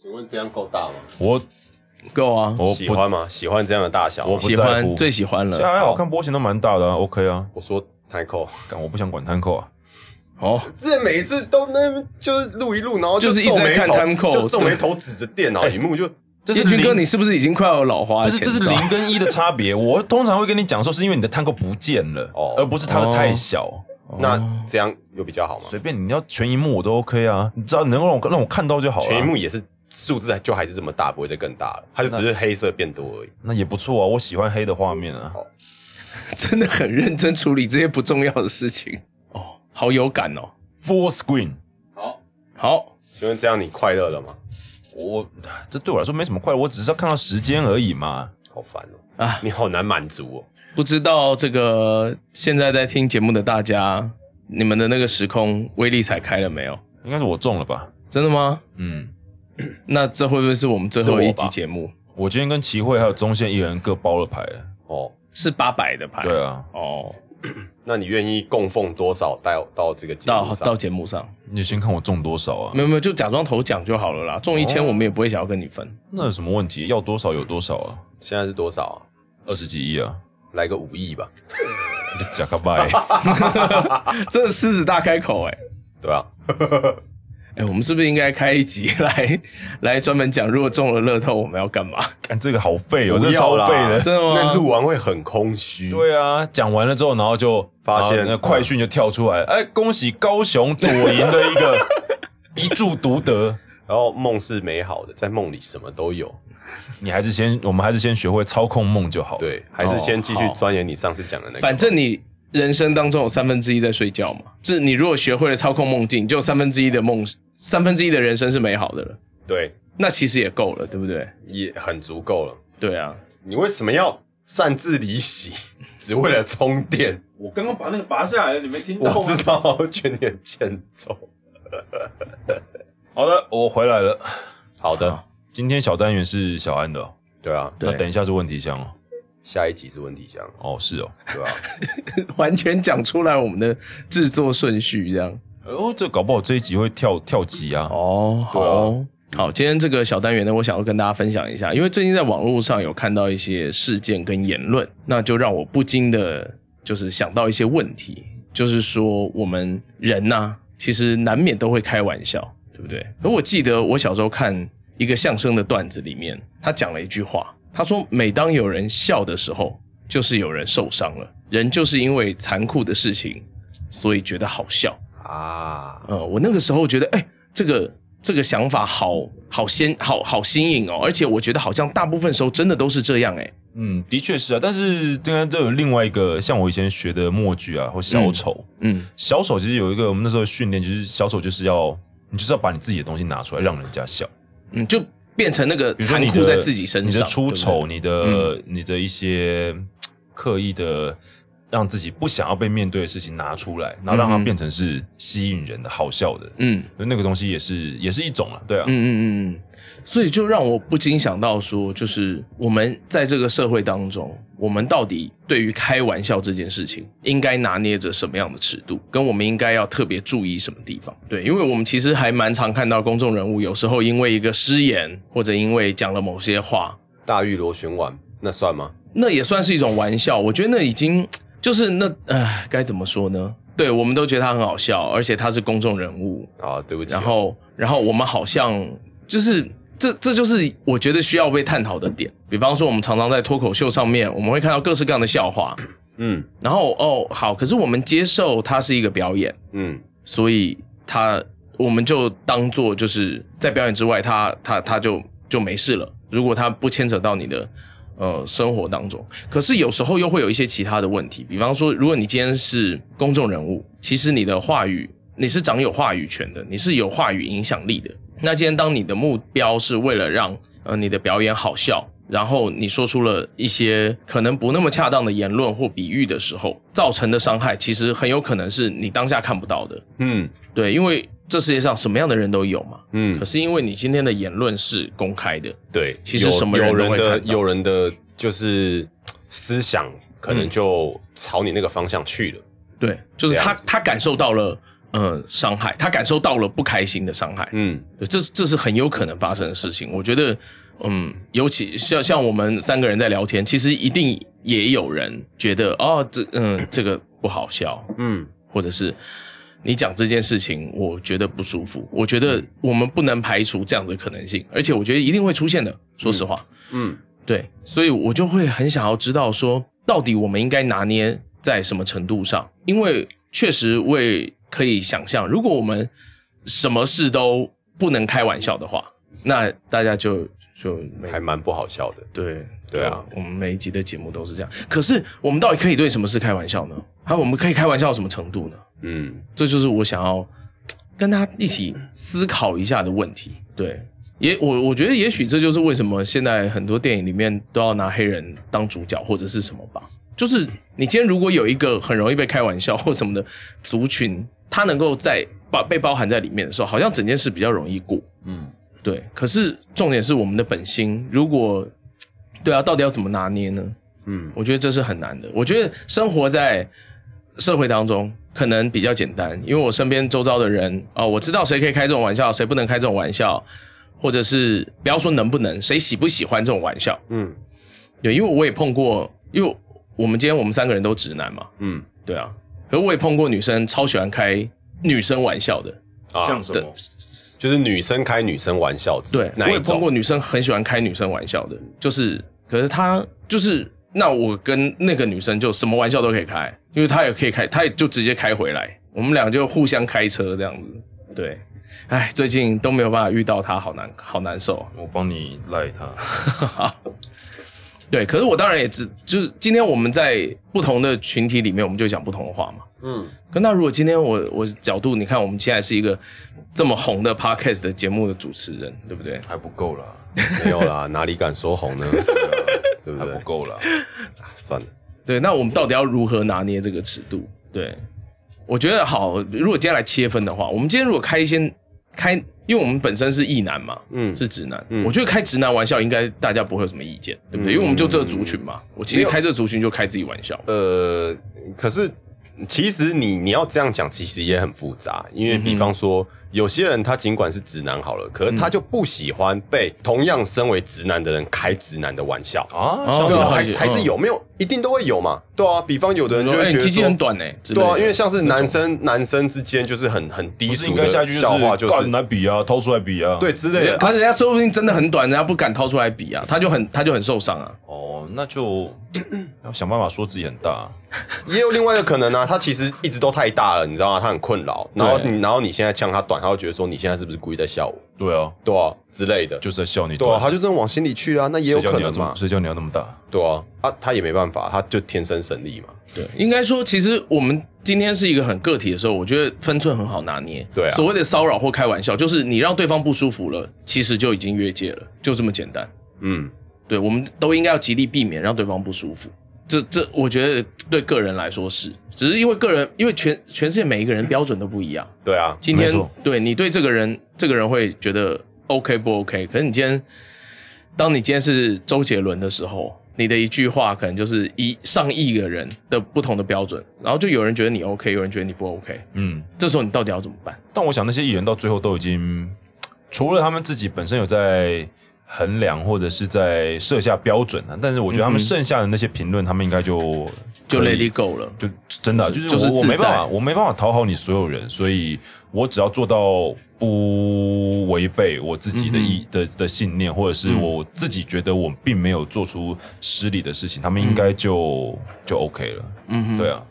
请问这样够大吗？我够啊，我喜不欢吗？喜欢这样的大小吗？我不喜在乎欢最喜欢是啊了好我看波形都蛮大的啊，OK 啊，我说太扣，但我不想管摊扣啊。哦，之前每一次都那边就是录一录，然后就是一直皱在眉看头， timecode，就皱对眉头指着电脑荧幕，就这叶是军哥，零你是不是已经快要老花不的是，前兆？这是零跟一的差别。我通常会跟你讲说，是因为你的摊扣不见了，哦而不是它的太小。那哦这样有比较好吗？随便你要全荧幕我都 OK 啊，你只要能够让我让我看到就好了。啊全荧幕也是数字，就还是这么大，不会再更大了，它就只是黑色变多而已。那也不错啊，我喜欢黑的画面啊。 真的很认真处理这些不重要的事情哦，好有感哦。 Full screen，好，好，请问这样你快乐了吗？我这对我来说没什么快乐，我只是要看到时间而已嘛。好烦哦、啊你好难满足哦、不知道这个现在在听节目的大家，你们的那个时空威力彩开了没有？应该是我中了吧？真的吗？嗯，那这会不会是我们最后是我一吧集节目？我今天跟齐慧还有中线一人各包了牌。哦，是八百的牌？对，啊，哦，那你愿意供奉多少到到这个节目到上到？节目上，你先看我中多少啊没？有没有，就假装头奖就好了啦。中一千，哦我们也不会想要跟你分。那有什么问题？要多少有多少啊？现在是多少、啊？二十几亿啊？来个五亿吧，你加个拜。 这狮子大开口哎、对啊吧、哎、我们是不是应该开一集 来来专门讲，如果中了乐透，我们要干嘛？看这个好废哦，不这个要超啦废的。真的吗？那录完会很空虚。 对啊，讲完了之后，然后就 发现然后那快讯就跳出来，哎，恭喜高雄左营的一个一注独得。然后梦是美好的，在梦里什么都有。你还是先，我们还是先学会操控梦就好。，对，还是先继续钻研你上次讲的那个。反正你人生当中有三分之一在睡觉嘛，是你如果学会了操控梦境，就三分之一的梦，三分之一的人生是美好的了，对，那其实也够了，对不对？也很足够了。对啊，你为什么要擅自离席， 只为了充 电？我刚刚把那个拔下来了，你没听我知道，我觉得你很欠揍。好的，我回来了。好的，好今天小单元是小安的哦、对啊，对那等一下是问题箱哦。下一集是问题箱，哦，是哦。对 吧、 完全讲出来我们的制作顺序这样。哦，这搞不好这一集会跳跳级啊。哦，好对啊哦好，今天这个小单元呢，我想要跟大家分享一下，因为最近在网络上有看到一些事件跟言论，那就让我不禁的，就是想到一些问题，就是说我们人呐、其实难免都会开玩笑，对不对？而我记得我小时候看一个相声的段子里面，他讲了一句话，他说：“每当有人笑的时候，就是有人受伤了，人就是因为残酷的事情，所以觉得好笑。”啊，呃，我那个时候觉得，哎、这个这个想法好好先好好新颖哦，而且我觉得好像大部分时候真的都是这样、哎，嗯，的确是啊。但是刚刚这有另外一个，像我以前学的默剧啊，或小丑。嗯，小丑其实有一个我们那时候的训练，就是小丑就是要你就是要把你自己的东西拿出来让人家笑，嗯，就变成那个比如说残你酷的在自己身你上，的出丑，对不对嗯你的、你的一些嗯刻意的让自己不想要被面对的事情拿出来，然后让它嗯哼变成是吸引人的、好笑的，嗯所以那个东西也是也是一种了，对啊，嗯嗯嗯嗯，所以就让我不禁想到说，就是我们在这个社会当中，我们到底对于开玩笑这件事情，应该拿捏着什么样的尺度，跟我们应该要特别注意什么地方？对，因为我们其实还蛮常看到公众人物有时候因为一个失言，或者因为讲了某些话，大玉螺旋丸那算吗？那也算是一种玩笑。我觉得那已经就是那唉，该怎么说呢？对，我们都觉得他很好笑，而且他是公众人物，啊，对不起哦、然后，然后我们好像就是这，这就是我觉得需要被探讨的点。比方说，我们常常在脱口秀上面，我们会看到各式各样的笑话，嗯然后哦，好，可是我们接受它是一个表演，嗯，所以它我们就当做就是在表演之外，它它它就就没事了。如果它不牵扯到你的。呃，生活当中，可是有时候又会有一些其他的问题，比方说，如果你今天是公众人物，其实你的话语你是掌有话语权的，你是有话语影响力的。那今天当你的目标是为了让呃你的表演好笑，然后你说出了一些可能不那么恰当的言论或比喻的时候，造成的伤害其实很有可能是你当下看不到的。嗯对，因为这世界上什么样的人都有嘛。嗯可，是因为你今天的言论是公开的，对，其实有什么人有都人会的看到有人的就是思想可能就朝你那个方向去了。对，就是这样他子他感受到了呃伤害，他感受到了不开心的伤害，嗯，对，这是这是很有可能发生的事情。我觉得，嗯，尤其像像我们三个人在聊天，其实一定也有人觉得，哦，这嗯这个不好笑，嗯，或者是你讲这件事情，我觉得不舒服。我觉嗯得我们不能排除这样的可能性，而且我觉得一定会出现的。说实话，嗯，对，所以我就会很想要知道说，到底我们应该拿捏在什么程度上？因为确实我也可以想象，如果我们什么事都不能开玩笑的话，那大家就就没还蛮不好笑的。对对啊，我们每一集的节目都是这样。可是我们到底可以对什么事开玩笑呢？还有我们可以开玩笑到什么程度呢？嗯，这就是我想要跟大家一起思考一下的问题。对，也我我觉得也许这就是为什么现在很多电影里面都要拿黑人当主角或者是什么吧。就是你今天如果有一个很容易被开玩笑或什么的族群，他能够在把被包含在里面的时候，好像整件事比较容易过。嗯，对，可是重点是我们的本心，如果对啊，到底要怎么拿捏呢？嗯，我觉得这是很难的。我觉得生活在社会当中可能比较简单，因为我身边周遭的人啊、我知道谁可以开这种玩笑，谁不能开这种玩笑，或者是不要说能不能，谁喜不喜欢这种玩笑。嗯，对，因为我也碰过，因为我们今天我们三个人都直男嘛，嗯，对啊，可是我也碰过女生超喜欢开女生玩笑的，啊像什么？就是女生开女生玩笑，对，我哪一也碰过种？女生很喜欢开女生玩笑的，就是，可是她就是，那我跟那个女生就什么玩笑都可以开，因为她也可以开，她也就直接开回来，我们俩就互相开车这样子。对，哎，最近都没有办法遇到她，好难，好难受我帮你赖他。啊。对，可是我当然也只就是今天我们在不同的群体里面，我们就讲不同的话嘛。嗯，可那如果今天我我角度，你看我们现在是一个这么红的 podcast 的节目的主持人，对不对？还不够啦，没有啦，哪里敢说 红呢？对不还不对？够啦。算了，对，那我们到底要如何拿捏这个尺度？对，我觉得好。如果接下来切分的话，我们今天如果开一些开，因为我们本身是异男嘛，嗯，是直男，嗯我觉得开直男玩笑应该大家不会有什么意见，对不对？嗯因为我们就这个族群嘛，我其没实有开这个族群就开自己玩笑。呃，可是其实你你要这样讲，其实也很复杂，因为嗯哼比方说，有些人他尽管是直男好了，可是他就不喜欢被同样身为直男的人开直男的玩笑。啊，像哦对什啊，么还是还是有没有一定都会有嘛？对啊，比方有的人就会哎觉你得鸡鸡很说，短呢、之类对的啊，因为像是男生男生之间就是很很低不是俗应该的下去笑话，就是就是干来比啊，掏出来比啊。对之类的。可啊是人家说不定真的很短，人家不敢掏出来比啊，他就很他就很受伤啊。哦，那就要想办法说自己很大。啊也有另外一个可能啊，他其实一直都太大了，你知道吗？他很困扰，然后对你然后你现在呛他短，他会觉得说你现在是不是故意在笑我？对啊，对啊，之类的。就是在笑你对啊，短。他就真的往心里去啊，那也有谁叫可你要能这嘛么，。谁叫你要那么大？对啊，啊，他也没办法，他就天生神力嘛。对，应该说，其实我们今天是一个很个体的时候，我觉得分寸很好拿捏。对啊所谓的骚扰或开玩笑，就是你让对方不舒服了，其实就已经越界了，就这么简单。嗯，对，我们都应该要极力避免让对方不舒服。这这，我觉得对个人来说是，只是因为个人，因为全全世界每一个人标准都不一样。对啊，今天没错对你对这个人，这个人会觉得 OK 不 OK？可是你今天，当你今天是周杰伦的时候，你的一句话可能就是一上亿个人的不同的标准，然后就有人觉得你 OK，有人觉得你不 OK，嗯，这时候你到底要怎么办？但我想那些艺人到最后都已经，除了他们自己本身有在衡量或者是在设下标准啊，但是我觉得他们嗯哼剩下的那些评论，他们应该就就可以 Let it go 了。就真的啊、就是就是我、就是我自没办在法，我没办法讨好你所有人，所以我只要做到不违背我自己的意、的的信念，或者是嗯我自己觉得我并没有做出失礼的事情，他们应该就、就 OK 了。嗯哼对。啊，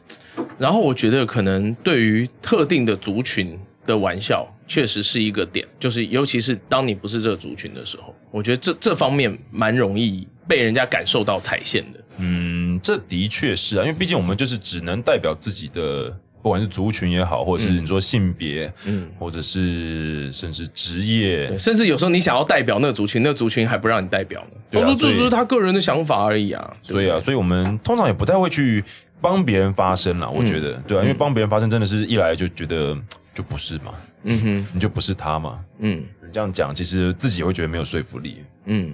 然后我觉得可能对于特定的族群的玩笑，确实是一个点，就是尤其是当你不是这个族群的时候，我觉得这这方面蛮容易被人家感受到踩线的。嗯，这的确是啊，因为毕竟我们就是只能代表自己的。不管是族群也好，或者是嗯你说性别，嗯。或者是甚至职业对，甚至有时候你想要代表那个族群，那个族群还不让你代表呢。对啊我说这所以只是他个人的想法而已啊。所以啊，所以我们通常也不太会去帮别人发声啦，嗯我觉得，对啊，因为帮别人发声真的是一来就觉得嗯就不是嘛，对不对，嗯哼，你就不是他嘛，嗯你这样讲，其实自己也会觉得没有说服力。嗯，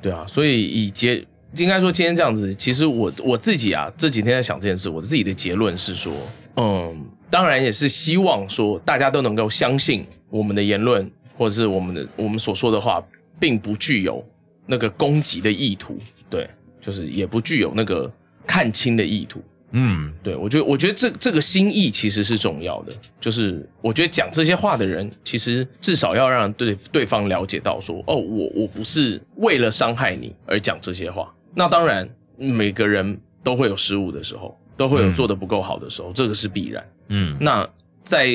对啊，所以以结应该说今天这样子，其实我我自己啊这几天在想这件事，我自己的结论是说，嗯，当然也是希望说大家都能够相信我们的言论或者是我们的我们所说的话，并不具有那个攻击的意图，对，就是也不具有那个看清的意图。嗯，对我觉得，我觉得这这个心意其实是重要的，就是我觉得讲这些话的人，其实至少要让对对方了解到说，哦，我我不是为了伤害你而讲这些话。那当然，每个人都会有失误的时候，都会有嗯做的不够好的时候，这个是必然。嗯，那在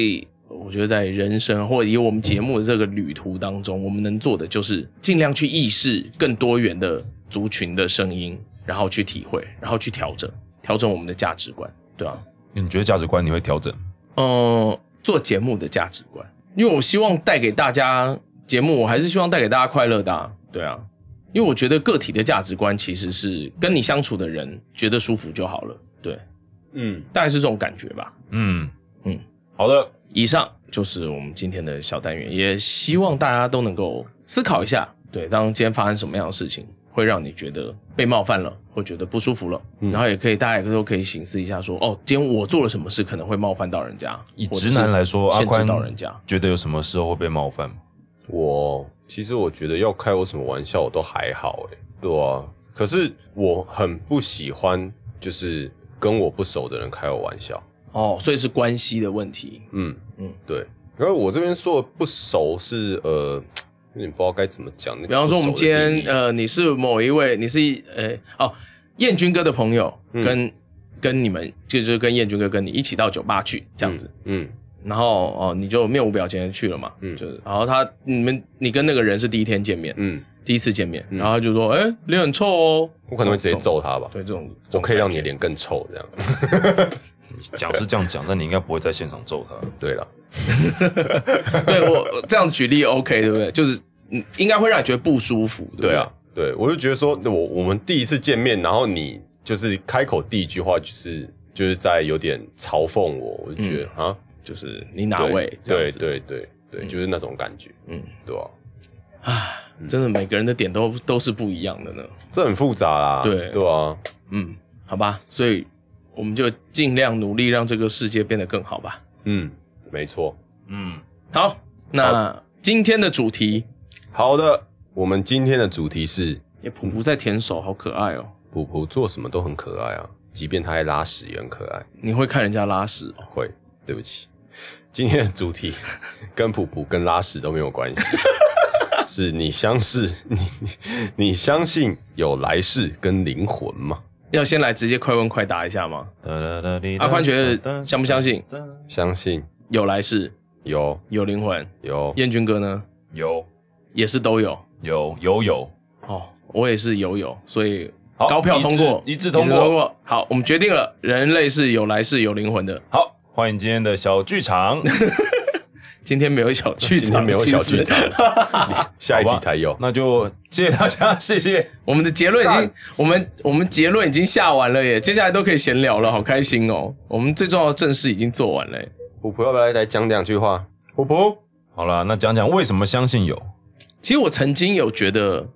我觉得在人生或者以我们节目的这个旅途当中，我们能做的就是尽量去意识更多元的族群的声音，然后去体会，然后去调整，调整我们的价值观，对啊，你觉得价值观你会调整？呃，做节目的价值观，因为我希望带给大家节目，我还是希望带给大家快乐的、啊，对啊。因为我觉得个体的价值观其实是跟你相处的人觉得舒服就好了，对，嗯，大概是这种感觉吧。嗯嗯，好的，以上就是我们今天的小单元，也希望大家都能够思考一下，对，当今天发生什么样的事情，会让你觉得被冒犯了，或觉得不舒服了，嗯然后也可以大家也都可以醒思一下说哦，今天我做了什么事可能会冒犯到人家，以或者直男是来说，阿限制宽到人家，觉得有什么时候会被冒犯吗？我其实我觉得要开我什么玩笑我都还好哎、对啊，可是我很不喜欢就是跟我不熟的人开我玩笑，哦，所以是关系的问题，嗯嗯嗯，对。然后我这边说的不熟是呃，有点不知道该怎么讲。那个比方说我们不熟今的定义天呃，你是某一位，你是一呃哦，燕军哥的朋友嗯跟、跟你们就就是跟燕军哥跟你一起到酒吧去这样子。，嗯然后哦，你就面无表情的去了嘛，嗯嗯，就是，然后他你们你跟那个人是第一天见面，嗯，嗯第一次见面，嗯然后他就说，哎，脸很臭哦，我可能会直接这种，揍他吧。对，这种，这我种可以让你感觉，脸更臭这样。讲是这样讲，但你应该不会在现场揍他。对了，对我这样子举例 OK 对不对？就是嗯，应该会让你觉得不舒服，对不对对啊，，对我就觉得说，我我们第一次见面，然后你就是开口第一句话就是就是在有点嘲讽我，我就觉得啊，就是你嗯哪位这样对子，对对对，嗯就是那种感觉，嗯，对啊，啊，嗯真的每个人的点都都是不一样的呢，这很复杂啦，对对啊，嗯，好吧，所以我们就尽量努力让这个世界变得更好吧。嗯，没错。嗯，好，那今天的主题嗯好的，我们今天的主题是也哎普普在舔手，好可爱哦。普普做什么都很可爱啊，即便他在拉屎也很可爱。你会看人家拉屎哦？会，对不起，今天的主题跟普普跟拉屎都没有关系，是你相信你你你相信有来世跟灵魂吗？要先来直接快问快答一下吗？阿阿宽觉得相不相信相信有来世，有有灵魂？有燕军哥呢？有也是都有有有有，哦。我也是有有，所以好高票通过，一致一致通过好，我们决定了，人类是有来世、有灵魂的。好，欢迎今天的小剧场。今天没有小剧场，今天没有小剧场 其实下一好集吧才有。那就谢谢大家，谢谢。 我们的结论已经干，我们我们结论已经下完了耶，接下来都可以闲聊了，好开心哦。我们最重要的正事已经做完了耶，普普要不要来讲两句话？普普，好啦，那讲讲为什么相信有？其实我曾经有觉得，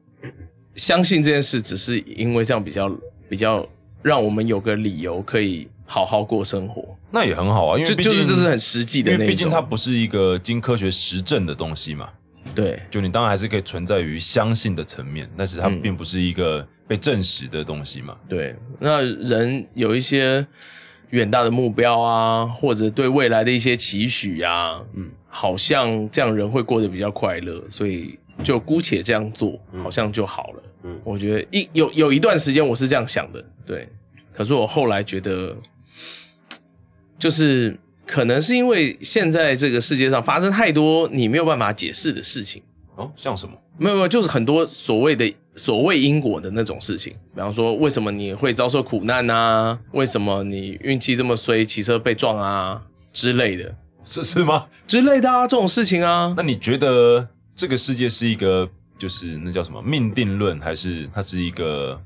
相信这件事只是因为这样比较比较让我们有个理由可以好好过生活，那也很好啊，因为就毕就是竟这是很实际的因那为一毕竟种。它不是一个经科学实证的东西嘛，对就你当然还是可以存在于相信的层面，但是它嗯并不是一个被证实的东西嘛。对，那人有一些远大的目标啊，或者对未来的一些期许啊，嗯嗯，好像这样人会过得比较快乐，所以就姑且这样做，嗯好像就好了。嗯我觉得一有有一段时间我是这样想的，对。可是我后来觉得，就是可能是因为现在这个世界上发生太多你没有办法解释的事情，哦，像什么？没有没有，就是很多所谓的所谓因果的那种事情，比方说为什么你会遭受苦难啊，为什么你运气这么衰，骑车被撞啊之类的是 是吗？之类的啊，这种事情啊那，你觉得这个世界是一个就是那叫什么命定论，还是它是一个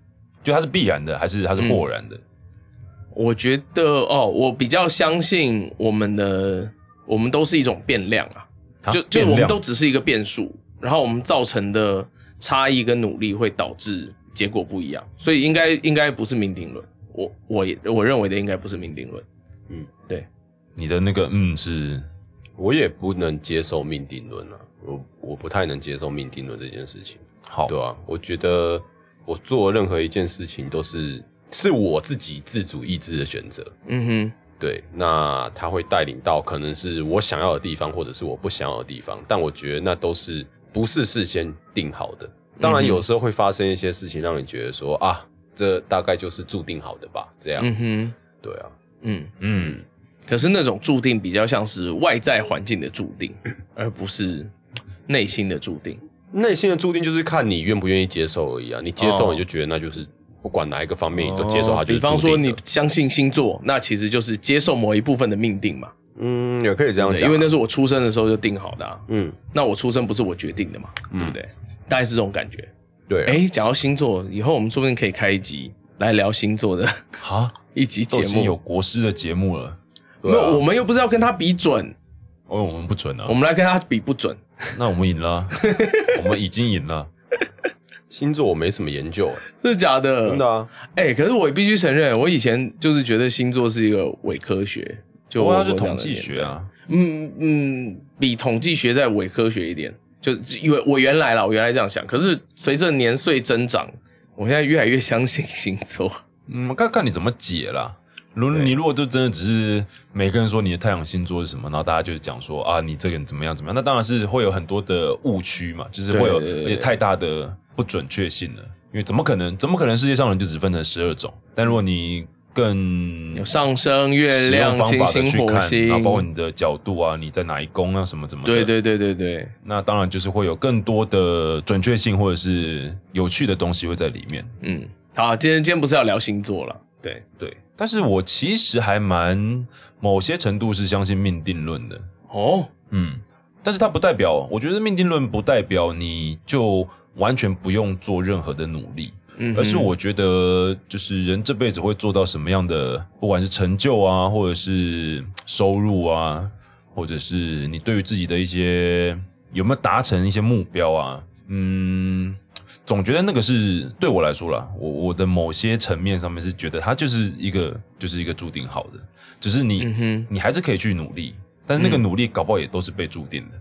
就它是必然的，还是它是豁然的？我觉得哦，我比较相信我们的，我们都是一种变量啊，它就就变我们量都只是一个变数，然后我们造成的差异跟努力会导致结果不一样，所以应该应该不是命定论，我我也我认为的应该不是命定论。嗯，对，你的那个嗯是我也不能接受命定论啊，我我不太能接受命定论这件事情。好，对啊，我觉得我做任何一件事情都是是我自己自主意志的选择。嗯对，那它会带领到可能是我想要的地方，或者是我不想要的地方，但我觉得那都是不是事先定好的。当然，嗯哼有时候会发生一些事情，让你觉得说啊，这大概就是注定好的吧，这哼，样嗯子。哼，对啊，嗯。嗯，可是那种注定比较像是外在环境的注 定，而不是内心的注定。内心的注定就是看你愿不愿意接受而已啊。你接受，哦你就觉得那就是不管哪一个方面，你都接受它哦就是注比定的。方说你相信星座，那其实就是接受某一部分的命定嘛，嗯，也可以这对样不讲对啊，因为那是我出生的时候就定好的、啊。嗯，那我出生不是我决定的嘛，嗯对不对？大概是这种感觉。对啊，哎、讲到星座，以后我们说不定可以开一集来聊星座的 好，一集都节已经目。有国师的节目了，没对啊有，我们又不是要跟他比准，哦，我们不准了我，们来跟他比不准。那我们赢 了，啊我们已经赢了，啊星座我没什么研究、欸，真的假的？真的啊，哎、可是我必须承认，我以前就是觉得星座是一个伪科学，就不我过它是我讲的统计学啊，年代，嗯嗯，比统计学再伪科学一点。就因为我原来啦，我原来这样想，可是随着年岁增长，我现在越来越相信星座。嗯，看看你怎么解啦。如对你如果就真的只是每个人说你的太阳星座是什么，然后大家就讲说啊，你这个人怎么样怎么样，那当然是会有很多的误区嘛，就是会有对对对而且太大的不准确性了。因为怎么可能？怎么可能世界上人就只分成十二种？但如果你更有上升、月使用亮、方金法的星、去火看，星，然后包括你的角度啊，你在哪一宫啊，什么怎么的，对对对对对，那当然就是会有更多的准确性或者是有趣的东西会在里面。嗯，好，今天今天不是要聊星座了，对，对，但是我其实还蛮某些程度是相信命定论的，哦，嗯，但是它不代表，我觉得命定论不代表你就完全不用做任何的努力，嗯哼，而是我觉得就是人这辈子会做到什么样的，不管是成就啊，或者是收入啊，或者是你对于自己的一些有没有达成一些目标啊，嗯。总觉得那个是对我来说啦，我我的某些层面上面是觉得它就是一个就是一个注定好的，只是你、嗯哼，你还是可以去努力，但是那个嗯努力搞不好也都是被注定的。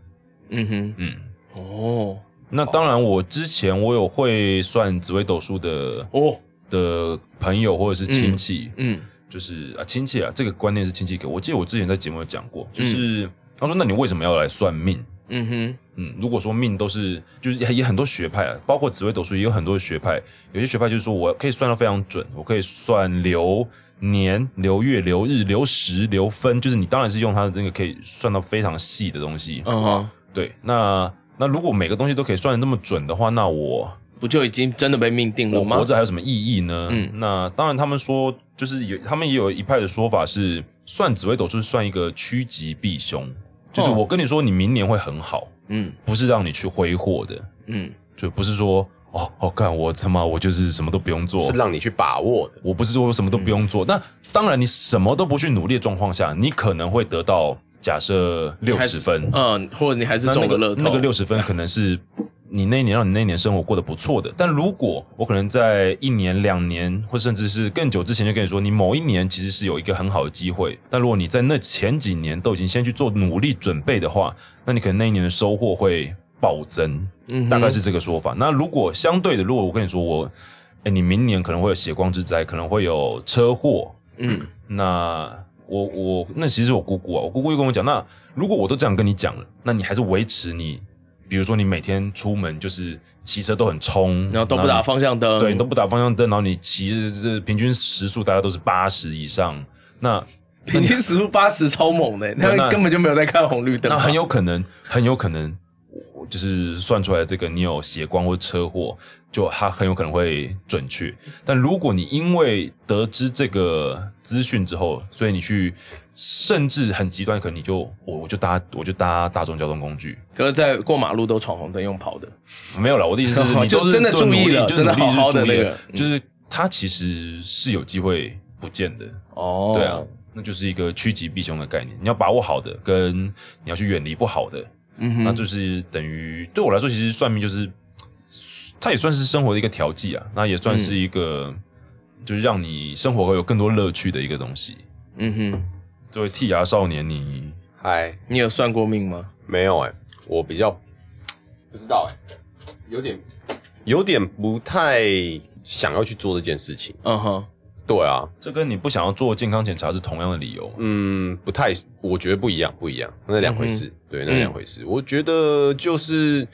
嗯哼，嗯，哦那当然，我之前我有会算紫微斗数的哦，的朋友或者是亲戚，嗯就是啊亲戚啊，这个观念是亲戚给我。我记得我之前在节目有讲过，就是、他说：“那你为什么要来算命？”嗯哼，嗯，如果说命都是，就是也也很多学派啊，包括紫微斗数也有很多学派，有些学派就是说我可以算到非常准，我可以算流年、流月、流日、流时、流分，就是你当然是用它的那个可以算到非常细的东西。嗯哼，对，那那如果每个东西都可以算的那么准的话，那我不就已经真的被命定了我吗？活着还有什么意义呢？嗯那当然，他们说就是有，他们也有一派的说法是，算紫微斗数是算一个趋吉避凶，就是哦我跟你说你明年会很好，嗯不是让你去挥霍的，嗯就不是说哦哦，干我他妈我就是什么都不用做哦是，让你去把握的。我不是说我什么都不嗯用做。那当然，你什么都不去努力的状况下，你可能会得到假设六还十是分，嗯，或者你还是那中那个了乐透，那个六十分可能是你那一年让你那一年生活过得不错的，但如果我可能在一年、两年，或甚至是更久之前就跟你说，你某一年其实是有一个很好的机会，但如果你在那前几年都已经先去做努力准备的话，那你可能那一年的收获会暴增，嗯哼大概是这个说法。那如果相对的，如果我跟你说我，哎，你明年可能会有血光之灾，可能会有车祸，嗯那我我那其实是我姑姑啊，我姑姑又跟我讲，那如果我都这样跟你讲了，那你还是维持你，比如说你每天出门就是骑车都很冲，然后都不打方向你灯，对，你都不打方向灯，然后你骑的这平均时速大家都是八十以上，那平均时速八十，超猛的，那他根本就没有在看红绿灯，那很有可能，很有可能，我就是算出来这个你有血光或车祸，就它很有可能会准确。但如果你因为得知这个资讯之后，所以你去甚至很极端，可能你就我我就搭我就搭大众交通工具，可是在过马路都闯红灯用跑的，没有了。我的意思 是，你就都是真的做注意努力了就是真的努力好好的就是注意那了个嗯就是它其实是有机会不见的。哦对啊，，那就是一个趋吉避凶的概念，你要把握好的，跟你要去远离不好的。嗯哼，那就是等于对我来说，其实算命就是，它也算是生活的一个调剂啊，那也算是一个，就是让你生活会有更多乐趣的一个东西。嗯哼，作为剔牙少年，你嗨，你有算过命吗？没有哎、我比较不知道哎、有点有点不太想要去做这件事情。嗯哼，对啊，这跟你不想要做健康检查是同样的理由啊吗？嗯，不太，我觉得不一样，不一样，那两回事，对，那嗯两回事。我觉得就是，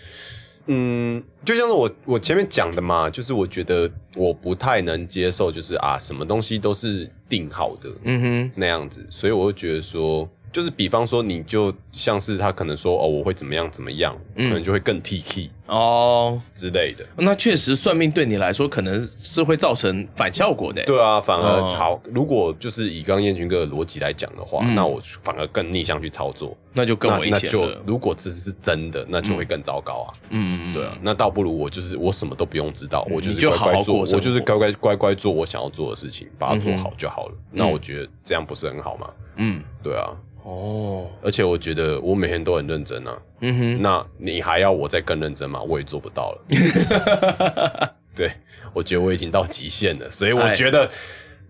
嗯，就像是我我前面讲的嘛，就是我觉得我不太能接受，就是啊，什么东西都是定好的，嗯那样子，所以我会觉得说，就是比方说，你就像是他可能说哦，我会怎么样怎么样，嗯可能就会更 T K 哼，哦，之类的。那确实算命对你来说可能是会造成反效果的。，对啊，反而哦好。如果就是以刚刚燕军哥的逻辑来讲的话，嗯那我反而更逆向去操作，那就更那危那险就了。如果这是真的，那就会更糟糕啊。嗯，嗯嗯对啊，那倒不如我就是我什么都不用知道，嗯我就你是就乖好乖好做，过生活我就是乖乖乖乖做我想要做的事情，把它做嗯哼好就好了。那我觉得这样不是很好吗？嗯，对啊，哦，而且我觉得我每天都很认真啊。嗯哼，那你还要我再更认真吗？我也做不到了。 对，我觉得我已经到极限了，所以我哎觉得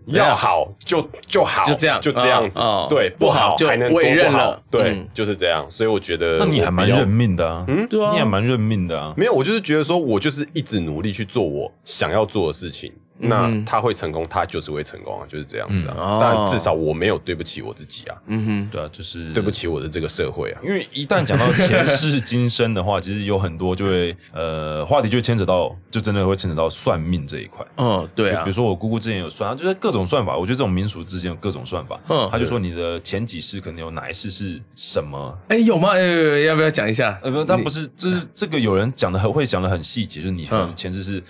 要好就就好，就这样就这样子。哦哦对，不不好好就还能多我也认不好了？对，嗯就是这样。所以我觉得，那你还蛮认。命的啊，嗯对啊你还蛮认命的啊。没有，我就是觉得说，我就是一直努力去做我想要做的事情。那嗯他会成功，他就是会成功啊，就是这样子啊。嗯哦但至少我没有对不起我自己啊，嗯哼，对啊，就是对不起我的这个社会嗯啊。因为一旦讲到前世今生的话，其实有很多就会呃话题就会牵扯到，就真的会牵扯到算命这一块。嗯，对就啊比如，说我姑姑之前有算，她就是各种算法。我觉得这种民俗之间有各种算法。嗯她就说你的前几世可能有哪一世是什么？哎，有吗？哎，要不要讲一下？呃，不，但你不是，这是这个有人讲的很会讲的很细节，就是你可能嗯前世是、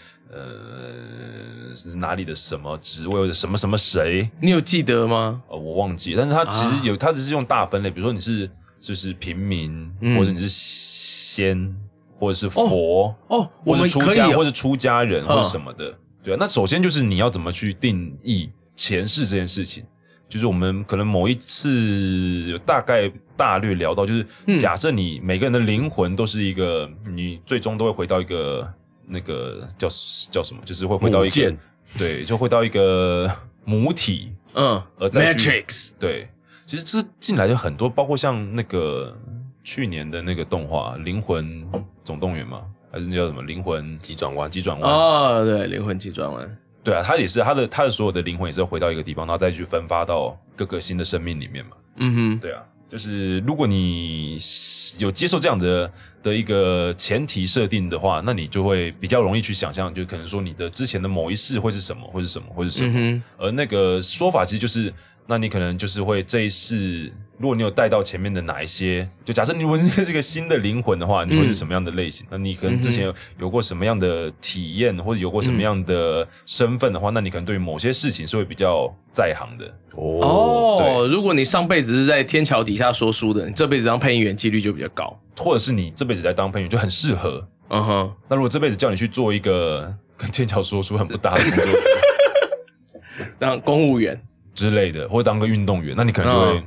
呃是哪里的什么职位或者什么什么谁，你有记得吗？呃，我忘记，但是它其啊实有，它只是用大分类，比如说你是就是平民，嗯或者你是仙，或者是佛，哦，我或者们出可以家，或哦，者出家人，嗯或者什么的，对啊。那首先就是你要怎么去定义前世这件事情，就是我们可能某一次有大概大略聊到，就嗯是假设你每个人的灵魂都是一个，你最终都会回到一个那个叫叫什么，就是会回到一母舰个，对，就回到一个母体。嗯呃再去，Matrix，对，其实这进来就很多，包括像那个去年的那个动画《灵魂总动员》嘛，还是那叫什么《灵魂急转弯，急转弯》哦，对，灵魂急转弯，对啊，它也是它的它的所有的灵魂也是回到一个地方，然后再去分发到各个新的生命里面嘛。嗯哼，对啊，就是如果你有接受这样的的一个前提设定的话，那你就会比较容易去想象，就可能说你的之前的某一世会是什么，会是什么，会是什么。嗯而那个说法其实就是，那你可能就是会这一世，如果你有带到前面的哪一些，就假设你如果是这个新的灵魂的话，你会是什么样的类型？那你可能之前有有过什么样的体验，或者有过什么样的身份的话，那你可能对于某些事情是会比较在行的。哼，哦，哦，对如果你上辈子是在天桥底下说书的，你这辈子当配音员几率就比较高。或者是你这辈子在当朋友就很适合。嗯哼，那如果这辈子叫你去做一个跟天桥说书很不搭的工作当公务员，之类的， 或者当个运动员，那你可能就会嗯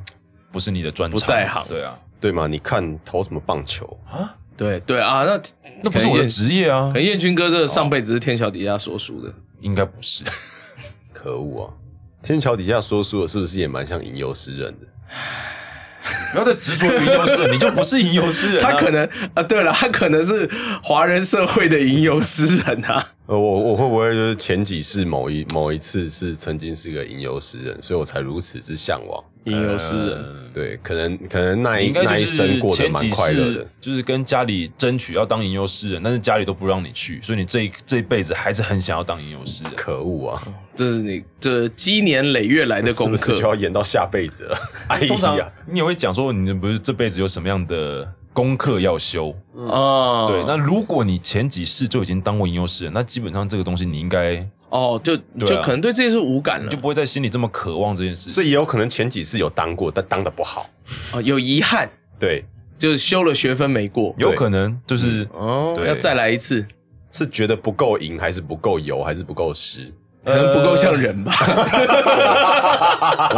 不是你的专长，不在行对啊，对嘛？你看投什么棒球？啊，对对啊，那那不是我的职业啊可，能燕军哥这上辈子是天桥底下说书的，应该不是。可恶啊！天桥底下说书的是不是也蛮像吟游诗人的？不要再执着于优势，你就不是吟游诗人、啊。他可能啊，对了，他可能是华人社会的吟游诗人啊。 呃，我我会不会就是前几世某一某一次是曾经是个吟游诗人，所以我才如此之向往？吟游诗人，呃，对，可能可能那你一应该那一就是生过得前蛮几快乐世的。就是跟家里争取要当吟游诗人，但是家里都不让你去，所以你这一这一辈子还是很想要当吟游诗人。可恶啊！这是你这积年累月来的是功不课是就。要演到下辈子了？哎 通常呀，你也会讲说，你不是这辈子有什么样的功课要修？哦，嗯对，那如果你前几世就已经当过吟游诗人，那基本上这个东西你应该哦，就啊就可能对这件事无感你了就，不会在心里这么渴望这件事。所以也有可能前几世有当过，但当的不好。哦，有遗憾，对，就是修了学分没过，有可能就是嗯哦，对要再来一次。是觉得不够赢，还是不够油，还是不够湿？呃可能不够像人吧，，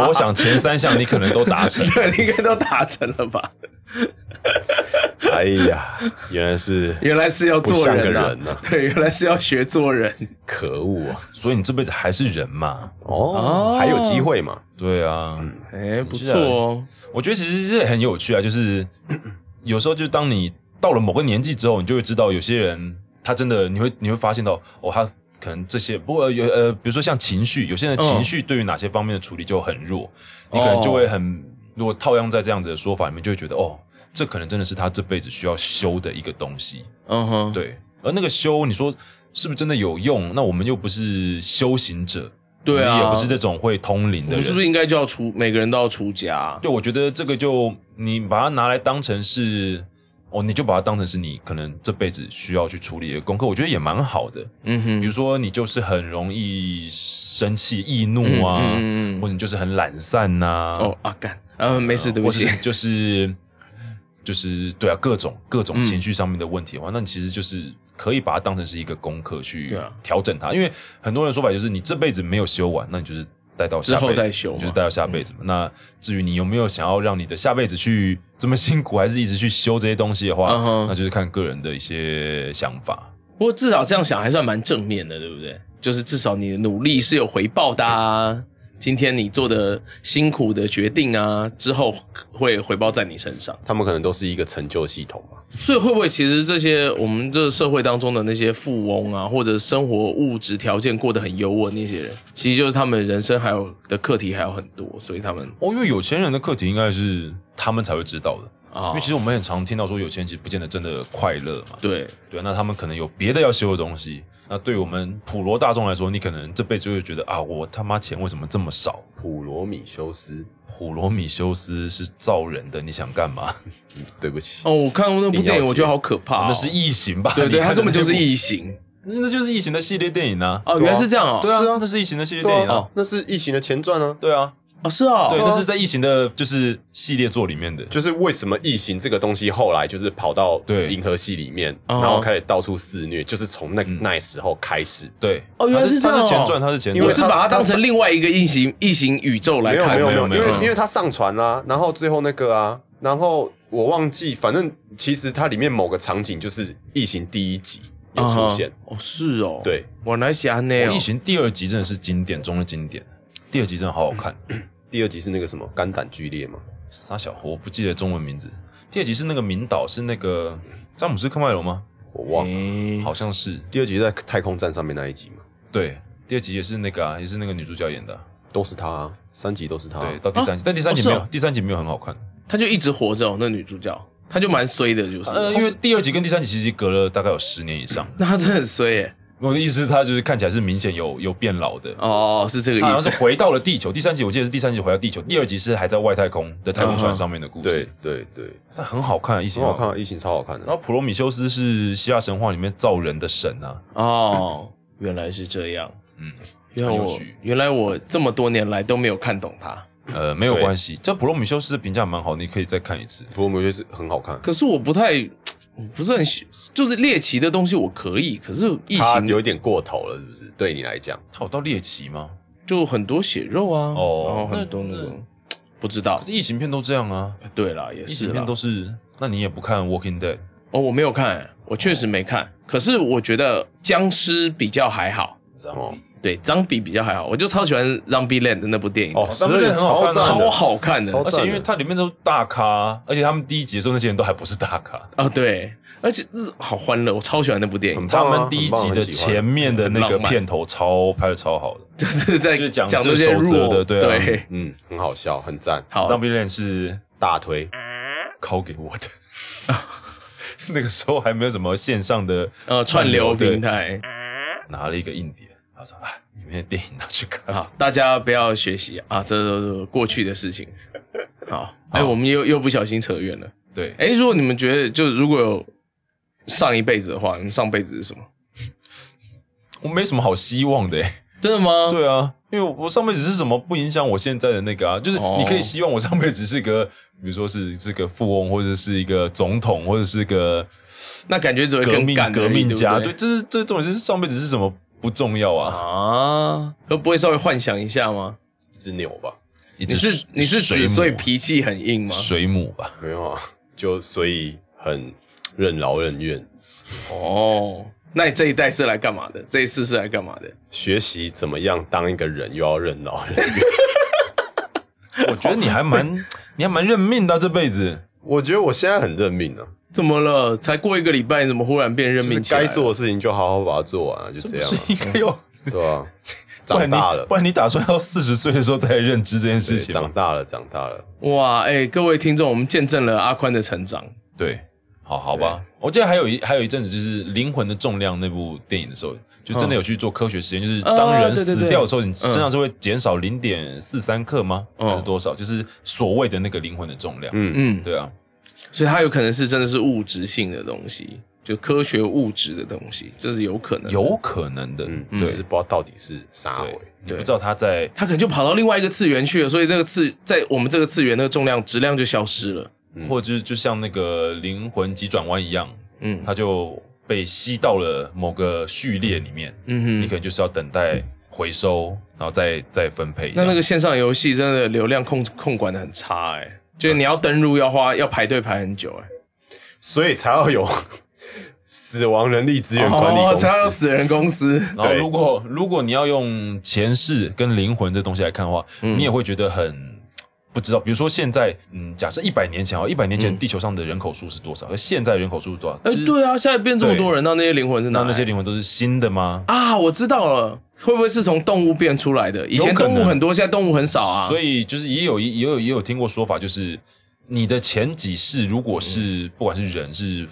我想前三项你可能都达成 对，应该都达成了吧？哎呀，原来是原来是要做不像个人啊，人啊对，原来是要学做人。可恶啊！所以你这辈子还是人嘛？哦，还有机会嘛？对啊，哎、不错哦，我觉得其实是很有趣啊，就是有时候就当你到了某个年纪之后，你就会知道有些人他真的你会你会发现到哦，他可能这些不过有呃，比如说像情绪，有些人的嗯情绪对于哪些方面的处理就很弱，你可能就哦会很如果套用在这样子的说法里面，就会觉得哦，这可能真的是他这辈子需要修的一个东西。嗯哼，，对，而那个修，你说是不是真的有用？那我们又不是修行者，对啊我们也不是这种会通灵我的们人，是不是应该就要出每个人都要出家啊、对，我觉得这个就你把它拿来当成是哦，你就把它当成是你可能这辈子需要去处理的功课，我觉得也蛮好的。嗯哼，比如说，你就是很容易生气、易怒啊，嗯嗯嗯嗯或者你就是很懒散呐、哦，啊干，嗯、没事，对不呃或者起是，你就是就是对啊，各种各种嗯情绪上面的问题的话，那你其实就是可以把它当成是一个功课去对啊调整它，因为很多人说法就是你这辈子没有修完，那你就是待到之下后辈子再修嘛嗯就是待到下辈子嘛。那至于你有没有想要让你的下辈子去这么辛苦，还是一直去修这些东西的话，嗯哼那就是看个人的一些想法。不过至少这样想还算蛮正面的，对不对？就是至少你的努力是有回报的啊。今天你做的辛苦的决定啊，之后会回报在你身上。他们可能都是一个成就系统嘛。所以会不会其实这些我们这社会当中的那些富翁啊，或者生活物质条件过得很优渥那些人，其实就是他们人生还有的课题还有很多，所以他们哦，因为有钱人的课题应该是他们才会知道的，啊，因为其实我们很常听到说有钱人其实不见得真的快乐嘛。对对，那他们可能有别的要修的东西。那对我们普罗大众来说，你可能这辈子就会觉得啊，我他妈钱为什么这么少？普罗米修斯，普罗米修斯是造人的，你想干嘛？嗯对不起，哦，我看过那部电一定影，要我觉得好可怕、哦，那是异形吧？对对，你看他的根本就是那部，异形那就是异形的系列电影啊。哦，对啊原来是这样哦，对是啊啊，那是异形的系列电对影啊啊。，那是疫情的前传啊。对啊，哦是哦，对，啊那是在异形的，就是系列作里面的。就是为什么异形这个东西后来就是跑到对银河系里面，哦然后开始到处肆虐，就是从那嗯那时候开始。对，哦原来它是这样它是前哦传，它是前因传。我为是他把它当成另外一个异形异形宇宙来没有看，没有没有，没因有为没有因为他上传啦、然后最后那个啊，然后我忘记，反正其实它里面某个场景就是异形第一集有出现，啊哈哦，是哦，对，我来想呢，哦异形第二集真的是经典中的经典，第二集真的好好看。第二集是那个什么肝胆俱裂嘛，傻小猴，我不记得中文名字。第二集是那个名导是那个詹姆斯科麦隆吗？我忘了。诶好像是第二集在太空站上面那一集嘛，对，第二集也是那个啊，也是那个女主角演的啊、都是他、啊，三集都是他、对，到第三集，但第三集哦是没哦有，第三集没有很好看。她就一直活着哦，那女主角，她就蛮衰的，就是，呃，因为第二集跟第三集其实隔了大概有十年以上。那她真的很衰耶，我的意思是，她就是看起来是明显有有变老的。哦，是这个她啊好意像是思，回到了地球，第三集我记得是第三集回到地球，第二集是还在外太空的太空船上面的故事对，对对，但嗯很好看，一起很好看、啊，异形超好看的。然后普罗米修斯是希腊神话里面造人的神啊，哦，原来是这样，嗯，原来很有我趣原来我这么多年来都没有看懂她，呃，没有对关系，这普罗米修斯的评价蛮好，你可以再看一次。不过我觉得是很好看，可是我不太，我不是很喜，就是猎奇的东西我可以，可是异他形有一点过头了，是不是？对你来讲，他有到猎奇吗？就很多血肉啊，哦然后很多那种，不知道可是。异形片都这样啊，对啦，也异是形啦片。都是。那你也不看《Walking Dead》？哦，我没有看，我确实没看。可是我觉得僵尸比较还好，哦对，zombie 比较还好。我就超喜欢《Zombie Land》的那部电影，哦，十他们二很超好看啊赞超的，好看的。超而且因为它里面都是大咖，而且他们第一集的时候那些人都还不是大咖，哦，对，而且嗯好欢乐，我超喜欢那部电影很，他棒啊们第一集的前面的那嗯很个浪漫片头超拍的超好的，就是在就是讲这些这守则弱的对啊对，嗯，很好笑，很赞， 《好 Zombie Land》是大推。拷给我 的。那个时候还没有什么线上的呃串流对平台拿了一个硬碟，他说啊，里面的电影拿去看。好，大家不要学习啊，这都是过去的事情。好，哎，好我们又又不小心扯远了。对，哎，如果你们觉得，就如果有上一辈子的话，你们上辈子是什么？我没什么好希望的、欸。真的吗？对啊，因为我上辈子是什么不影响我现在的那个啊，就是哦你可以希望我上辈子是个，比如说是是个富翁，或者是一个总统，或者是个那感觉只会革更命干而已革命家，对对，不这是这重点是上辈子是什么不重要啊。啊，可不会稍微幻想一下吗？一只牛吧？你你是你是指所以脾气很硬吗？水母吧？没有啊，就所以很任劳任怨，哦，那你这一代是来干嘛的？这一次是来干嘛的？学习怎么样当一个人，又要任劳任 怨。我觉得你还蛮你还蛮认命的啊、这辈子。我觉得我现在很认命啊，怎么了？才过一个礼拜，你怎么忽然变认就是命起来该了？做的事情就好好把它做完啊，就这样啊，是应该要对啊，不然长你大了不，然你打算到四十岁的时候再来认知这件对事情长吗？大了，长大了，哇，哎、各位听众，我们见证了阿宽的成长。对，好好吧。我记得还有一还有一阵子就是《灵魂的重量》那部电影的时候，就真的有去做科学实验，就是当人啊对对对死掉的时候，你身嗯上是会减少零点四三克吗？嗯还是多少？就是所谓的那个灵魂的重量。嗯，嗯，对啊，所以它有可能是真的是物质性的东西，就科学物质的东西，这是有可能的。有可能的。嗯，嗯啊只是不知道到底是啥对回。，你不知道他在他可能就跑到另外一个次元去了，所以这个次在我们这个次元那个重量质量就消失了。嗯或者就是就像那个灵魂急转弯一样，嗯，它就被吸到了某个序列里面，嗯哼，你可能就是要等待回收，然后再再分配这那样。那个线上游戏真的流量控控管的很差哎、就是你要登录要花要排队排很久哎、所以才要有死亡人力资源管理哦公才要司。死人公 司。然后对如果如果你要用前世跟灵魂这东西来看的话，嗯你也会觉得很。不知道，比如说现在，嗯，假设一百年前啊，一百年前嗯地球上的人口数是多少，和现在人口数是多少？哎、其实对啊，现在变这么多人，哦那那些灵魂是哪那来？那些灵魂都是新的吗？啊，我知道了，会不会是从动物变出来的？以前有可动能物很多，现在动物很少啊。所以就是也有一也有也有听过说法，就是你的前几世如果是、不管是人是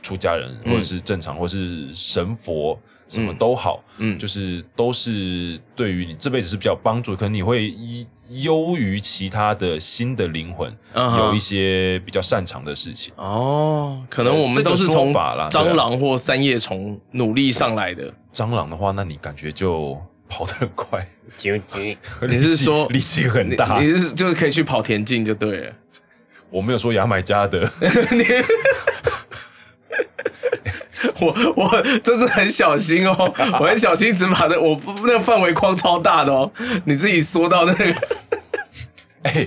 出家人，嗯或者是正常，或是神佛，什么嗯都好，嗯，就是都是对于你这辈子是比较帮助，可能你会依优于其他的新的灵魂，嗯哼有一些比较擅长的事情。哦，可能我们这个都是说从法啦对啊蟑螂或三叶虫努力上来的。蟑螂的话，那你感觉就跑得很快， 你是说力气力气很大你？你是就是可以去跑田径就对了。我没有说牙买加 的，你我我真是很小心哦，我很小心，只把那我不那个范围框超大的哦，你自己缩到那个 哎、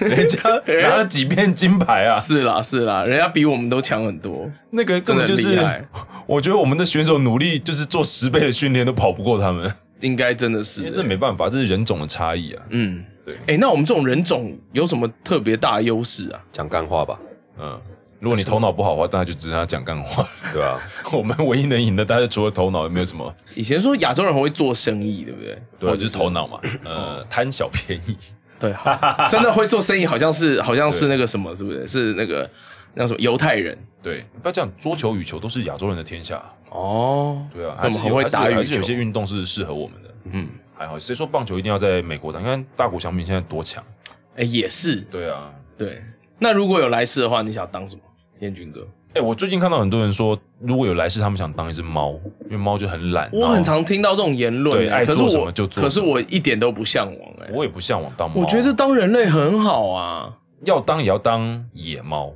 人家 拿了几面金牌啊！是啦是啦，人家比我们都强很多，那个根本就真是的很厉，我觉得我们的选手努力就是做十倍的训练都跑不过他们，应该真的是因为这没办法，这是人种的差异啊。嗯对哎、那我们这种人种有什么特别大的优势啊？讲干话吧，嗯，如果你头脑不好的话，大家就只能讲干话。对 啊， 我们唯一能赢的，大家除了头脑，也没有什么，以前说亚洲人很会做生意，对不对？对啊，或就者哦是头脑 嘛，呃，贪小便宜。对，好真的会做生意，好像是好像是那个什么，是不是？是那个那什么犹太人对，不要这样，桌球、羽球都是亚洲人的天下。啊哦，对啊，那还我是们有很会打还是有羽还是有球一，些运动是适合我们的。嗯，还好，谁说棒球一定要在美国打？你看大谷翔平现在多强。哎、也是对啊，对。那如果有来世的话，你想当什么？彦军哥，哎、我最近看到很多人说，如果有来世，他们想当一只猫，因为猫就很懒。我然后很常听到这种言论、对哎爱可是做什我么就做可是什么我一点都不向往哎、我也不向往当猫。我觉得当人类很好啊，要当也要当野猫，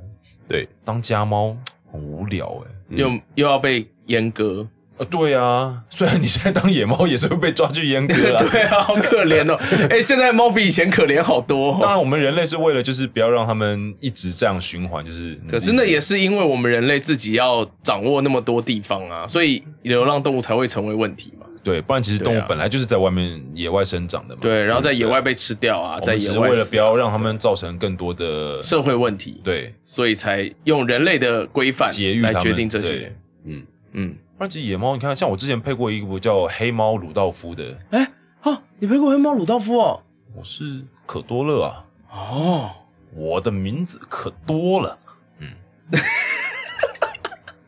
对，当家猫很无聊哎、嗯又又要被阉割，呃，对啊，虽然你现在当野猫也是会被抓去阉割啦。 对啊，好可 怜哦。哎、现在猫比以前可怜好多、当哦。然，我们人类是为了就是不要让他们一直这样循环，就是可是那也是因为我们人类自己要掌握那么多地方啊，所以流浪动物才会成为问题嘛。对，不然其实动对物啊本来就是在外面野外生长的嘛。对，啊然后在野外嗯被吃掉啊，对在我们只野是外为了死不要让他们造成更多的社会问题，对所以才用人类的规范节育来他们决定这对些。嗯，嗯，不然其实野猫，你看像我之前配过一部叫《黑猫鲁道夫》的，哎，啊，你陪过黑猫鲁道夫哦？我是可多乐啊，哦，我的名字可多了，嗯，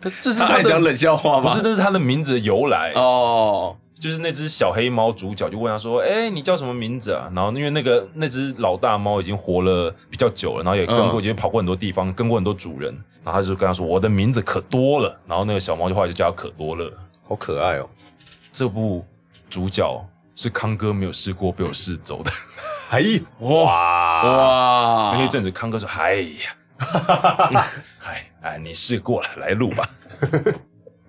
这这是 他他还的讲冷笑话不吗？是，这是他的名字的由来。哦，就是那只小黑猫主角就问他说：“哎、你叫什么名字啊？”然后因为那个那只老大猫已经活了比较久了，然后也跟过，嗯已经跑过很多地方，跟过很多主人，然后他就跟他说：“我的名字可多了。”然后那个小猫就后来就叫他可多乐。好可爱哦，这部主角是康哥没有试过被我试走的。哎，哇哇，哇，那一阵子康哥说：“ 哎呀，哎哎，你试过了，来录吧。”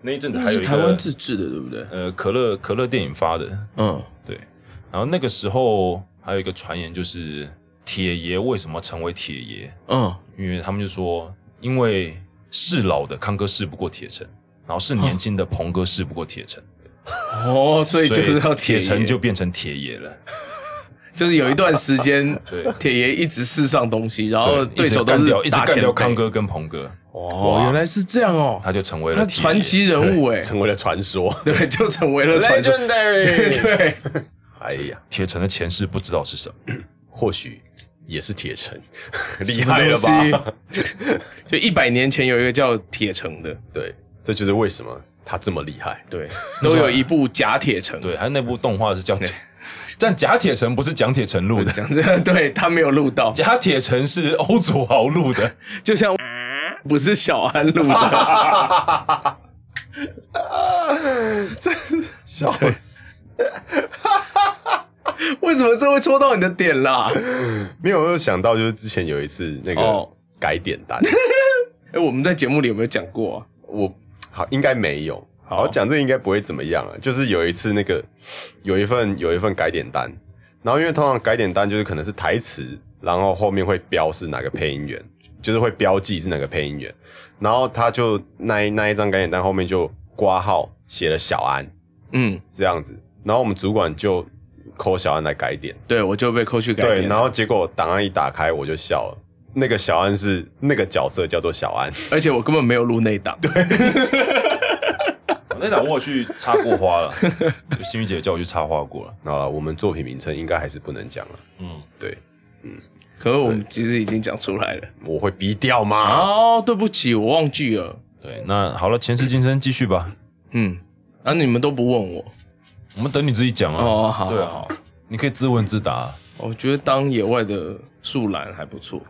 那一阵子那还有是一个台湾自制的，对不对？呃可乐可乐电影发的，嗯，对。然后那个时候还有一个传言就是铁爷为什么成为铁爷？嗯，因为他们就说，因为是老的康哥试不过铁城，然后是年轻的鹏哥试不过铁城，哦，所以就是要铁铁城城，就就变成铁爷了。就是有一段时间， 对铁爷一直试上东西，然后哦对手一直都干是掉，一直大干前掉辈康。哥跟鹏哥，哦，原来是这样哦，他就成为他了铁是爷传。奇人物哎，成为了传说对，就成为了传说。 ，legendary。 对，哎呀，铁城的前世不知道是什么，或许也是铁 城，厉害了什么吧？就一百年前有一个叫铁城的，对，这就是为什么他这么厉 害。对，都有一部假铁城。对，他那部动画是叫《但假铁城》，不是讲铁城录的，讲这个，对他没有录到，假铁城是欧祖豪录的。就像啊不是小安录的， 真是笑死！为什么这会戳到你的点啦？没有没有想到，就是之前有一次那个哦改点单，哎，我们在节目里有没有讲过啊？我好应该没有。好好讲这应该不会怎么样啊，就是有一次那个有一份有一份改点单，然后因为通常改点单就是可能是台词，然后后面会标是哪个配音员，就是会标记是哪个配音员，然后他就那一那一张改点单后面就挂号写了小安嗯，这样子，然后我们主管就扣小安来改点，对，我就被扣去改对，编然后结果档案一打开我就笑了，那个小安是那个角色叫做小安，而且我根本没有录那一档。对，那档我有去插过花了，就心雨姐叫我去插花过了。好了，我们作品名称应该还是不能讲了，嗯，对。可是我们其实已经讲出来了。我会逼掉啊吗？哦，对不起，我忘记了。对，那好了，前世今生继续吧，嗯，啊，你们都不问我。我们等你自己讲啊。哦，好，对啊好，，你可以自问自答啊。我觉得当野外的树懒还不错。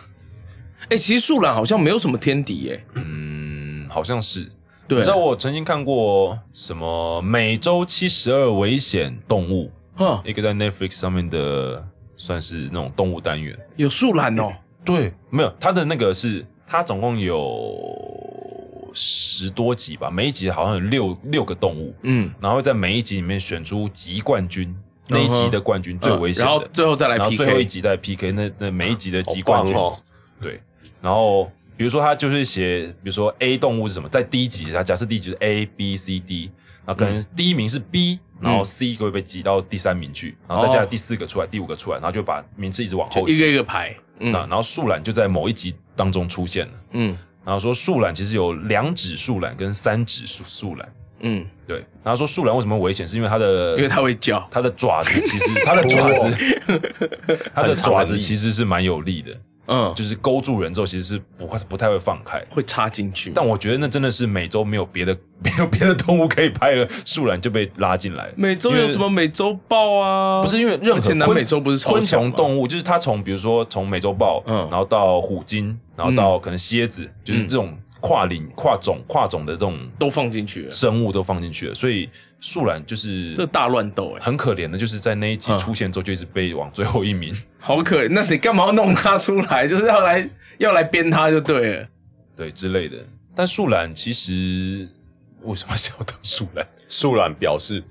哎、其实树懒好像没有什么天敌耶、嗯，好像是。对你知道我曾经看过什么每周七十二危险动物，哈，一个在 Netflix 上面的，算是那种动物单元。有树懒哦。对，没有，它的那个是它总共有十多集吧，每一集好像有六六个动物，嗯，然后在每一集里面选出集冠军，那一集的冠军最危险嗯的，然后最后再来然后最后一 PK。集再 PK，那那每一集的好集冠棒军哦！对，然后比如说他就是写，比如说 A 动物是什么，在第一集，他假设第一集是 A B C D，那可嗯能第一名是 B，、然后 C 会被挤到第三名去，然后再加上第四个出来，第五个出来，然后就把名次一直往哦就后一挤。个一个排。那嗯然后树懒就在某一集当中出现了，嗯然后说树懒其实有两指树懒跟三指树树懒，嗯，对，然后说树懒为什么危险，是因为它的因为它会叫。它的爪子其实它的爪子它的很长的爪子力其实是蛮有力的，嗯，就是勾住人之后，其实是不会不太会放开。会插进去。但我觉得那真的是美洲没有别的 没有别的动物可以拍了，树懒就被拉进来。美洲有什么美洲豹啊？不是因为任而何且南昆美洲不是超昆小虫吗动物，就是它从比如说从美洲豹，嗯然后到虎鲸，然后到可能蝎子，就是这种跨嗯领、跨种、跨种的这种都放进去了，生物都放进去了，所以树懒就是这大乱斗哎、很可怜的，就是在那一集嗯出现之后就一直被往最后一名。好可怜。那你干嘛要弄它出来？ 就是要来要来编它就对了。对之类的。但树懒其实为什么想要当树懒？树懒表示，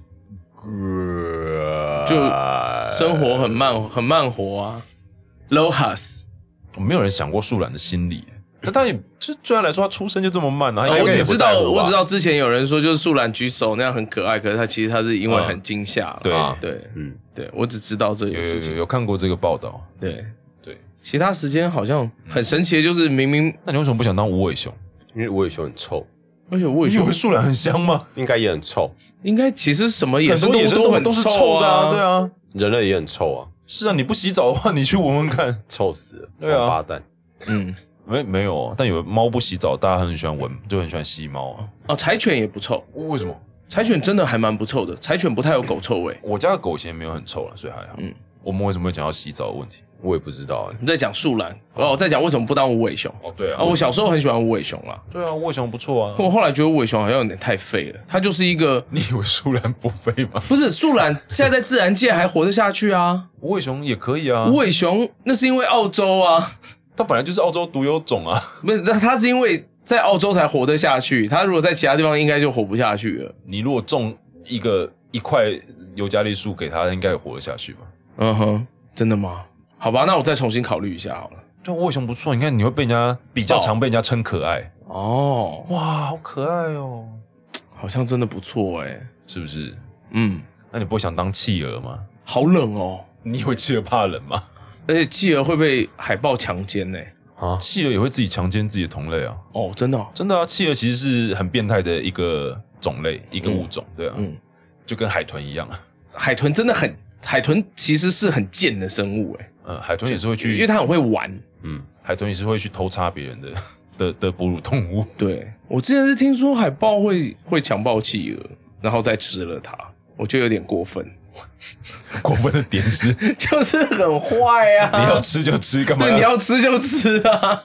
呃就生活很慢，很慢活啊。Lohas，没有人想过树懒的心理。这他也这虽然来说，他出生就这么慢啊，他应应该该也也不不知在道乎吧我知道之前有人说就是树懒举手那样很可爱，可是他其实他是因为很惊吓了、对啊嗯对嗯，对，我只知道这有个有事有情。有看过这个报道。对嗯对，其他时间好像很神奇的，就是明明那你为什么不想当无尾熊？因为我也熊很臭，而且我你也以觉得为树懒很香吗？应该也很臭，应该其实什么野很生多野生动动物物很都是臭臭的啊，对，啊，人类也很臭啊，是啊，你不洗澡的话，你去闻闻看。臭死了，对啊王八蛋，嗯， 没没有，啊但有猫不洗澡，大家很喜欢闻，就很喜欢吸猫啊。哦，柴犬也不臭，为什么？柴犬真的还蛮不臭的，柴犬不太有狗臭味。我家的狗以前没有很臭了，所以还好。嗯嗯，我们为什么会讲到洗澡的问题？我也不知道哎、你在讲树懒，哦，我在讲为什么不当无尾熊哦，对啊？我小时候很喜欢无尾熊啦，对啊，无尾熊不错 啊。我后来觉得无尾熊好像有点太废了，它就是一个你以为树懒不飞吗？不是树懒，现在在自然界还活得下去啊。 无尾熊也可以啊，无尾熊那是因为澳洲啊，它本来就是澳洲独有种啊。 不是，那它是因为在澳洲才活得下去，他如果在其他地方应该就活不下去了。你如果种一个一块尤加利树给他，应该也活得下去吧？嗯哼，真的吗？好吧，那我再重新考虑一下好了。对，我为什么不错？你看你会被人家比较常被人家称可爱，哦，哇，好可爱哦，好像真的不错哎、是不是？嗯，那你不会想当企鹅吗？好冷哦，你以为企鹅怕冷吗？而且继而会被海豹强奸呢、啊，企鹅也会自己强奸自己的同类啊，哦，真的哦、真的啊，企鹅其实是很变态的一个种类，一个物种，对啊，嗯，就跟海豚一样，啊海豚真的很，海豚其实是很贱的生物哎、呃，海豚也是会去，因为它很会玩。嗯，海豚也是会去偷插别人的 的的哺乳动物， 对我之前是听说海豹会会强暴企鹅，然后再吃了它，我觉得有点过分， 过分的点是，你就是很坏 啊。要吃就吃，干嘛？对，你要吃就吃啊！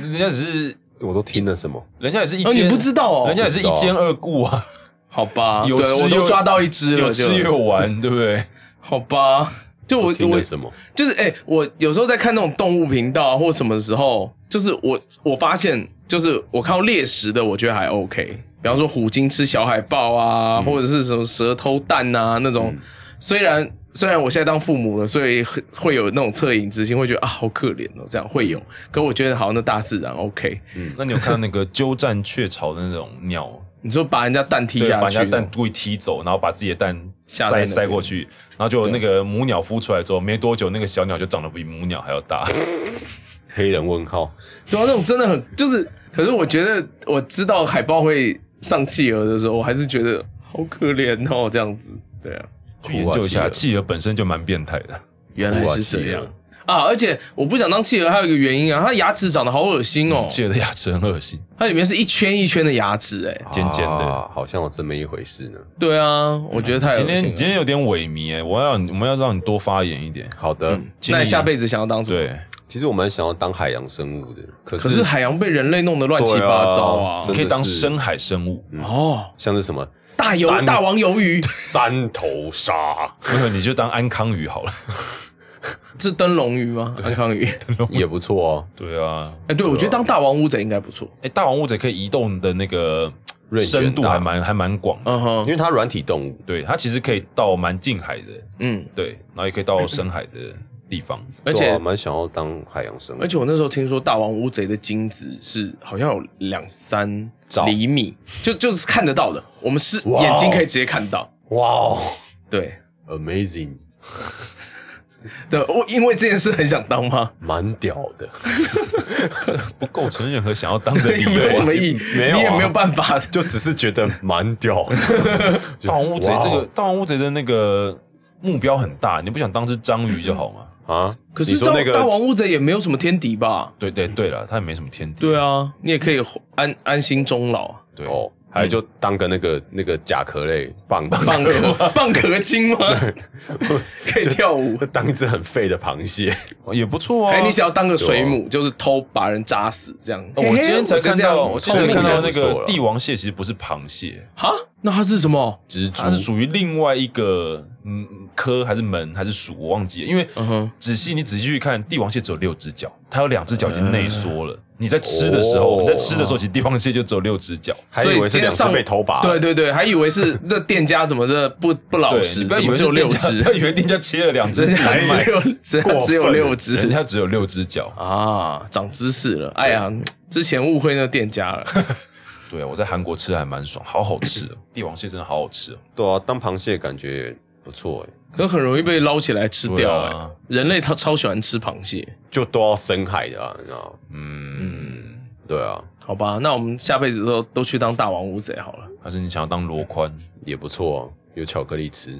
人家只是，我都听了什么？人家也是一哦，肩，你不知道哦，人家也是一不知兼道二顾啊， 好吧？有对吃我又都抓到一只有了，就吃有 玩，对不对？好吧？就我听我了什么？就是哎、欸我有时候在看那种动物频道、啊、或什么时候，就是我我发现，就是我看到猎食的，我觉得还 OK。比方说虎鲸吃小海豹嗯啊，或者是什么蛇偷蛋啊那种。虽然虽然我现在当父母了，所以很会有那种恻隐之心，会觉得啊好可怜哦，这样会有。可我觉得好像那大自然 OK。那你有看到那个鸠占鹊巢的那种鸟，你说把人家蛋踢对，下把人去，哦家蛋故意踢走，然后把自己的蛋下在塞那边塞过去，然后就那个母鸟孵出来之后，没多久那个小鸟就长得比母鸟还要 大。黑人问号，对啊，那种真的很就是，可是我觉得我知道海豹会上企鹅的时候，我还是觉得好可怜哦，这样子。对啊，去研究一酷下，啊企企鹅本身就蛮变态的。原来来是是这这样样啊！而且我不想当企鹅，还有一个原因啊，它牙齿长得好恶心嗯哦，企鹅的牙齿很恶心，它里面是一圈一圈的牙齿，哎，尖尖的啊好像有这么一回事呢。对啊，我觉得太恶今心了。天你今天有点萎靡哎，我要让你我们要让你多发言一点。好的，嗯，那你下辈子想要当什么？对，其实我蛮想要当海洋生物的，可是可是海洋被人类弄得乱七八糟啊对！可以当真的是深海生物，哦，像是什么大鱿三大王鱿鱼，三头鲨没有你就当安康鱼好了。 是灯笼鱼吗？安康鱼。也不错哦。对啊，哎，对，我觉得当大王乌贼应该不错。哎，大王乌贼可以移动的那个瑞卷深度大还蛮还蛮广的，嗯因哼，为它软体动物，对，它其实可以到蛮近海的，嗯，对，然后也可以到深海 的地方。而对啊且蛮想要当海洋生物而。且我那时候听说大王乌贼的精子是好像有两三兆厘米，就就是看得到的，我们是哇哦眼睛可以直接看到。哇哦对，amazing，对，我因为这件事很想当吗？蛮屌 的。不构成任何想要当的对，理 也没有什由么啊。意义，没有啊你也没有办法。就只是觉得蛮屌 的，就大王乌贼哇这个哦大王乌贼的那个目标很大，你不想当只章鱼就好吗？啊，可你是说大那个大王乌贼也没有什么天敌吧？对对对了，它也没什么天敌。对，啊，你也可以安安心终老。啊对哦，还有就嗯当个那个那个甲壳类蚌蚌 蚌，壳蚌壳精吗？ 可以跳舞。当一只很废的螃蟹，也不错啊。哎，你想要当个水啊母，就是偷把人扎死这样。哦我今天才看到，我今这天样才看到那这样也不错个了帝王蟹其实不是螃蟹，哈，那它是什么？蜘它是蛛属于另外一个嗯科还是门还是属，我忘记了。因为嗯哼，仔细你仔细去看，帝王蟹只有六只脚，它有两只脚已经内缩了。你在吃的时候，哦你在吃的时候，其实帝王蟹就只有六只脚。还以为是两只被偷拔，对，对对，还以 为是那店家怎么这不不老对，实，哦你不要怎以么为只是有六店家 只不，要以为店家哎切了 两只 人自己家还买只，有只过分只有了六人只家只有六只脚。啊，长知识了。哎呀，之前误会那店家了。对啊，我在韩国吃的还蛮爽，好好吃哦，帝王蟹真的好好吃哦。对啊，当螃蟹感觉不错哎，可很容易被捞起来吃掉哎、对啊人类他超喜欢吃螃蟹，就都要深海的啊，你知道吗？嗯，对啊，好吧？那我们下辈子都都去当大王乌贼好了。还是你想要当罗宽？也不错啊，有巧克力吃，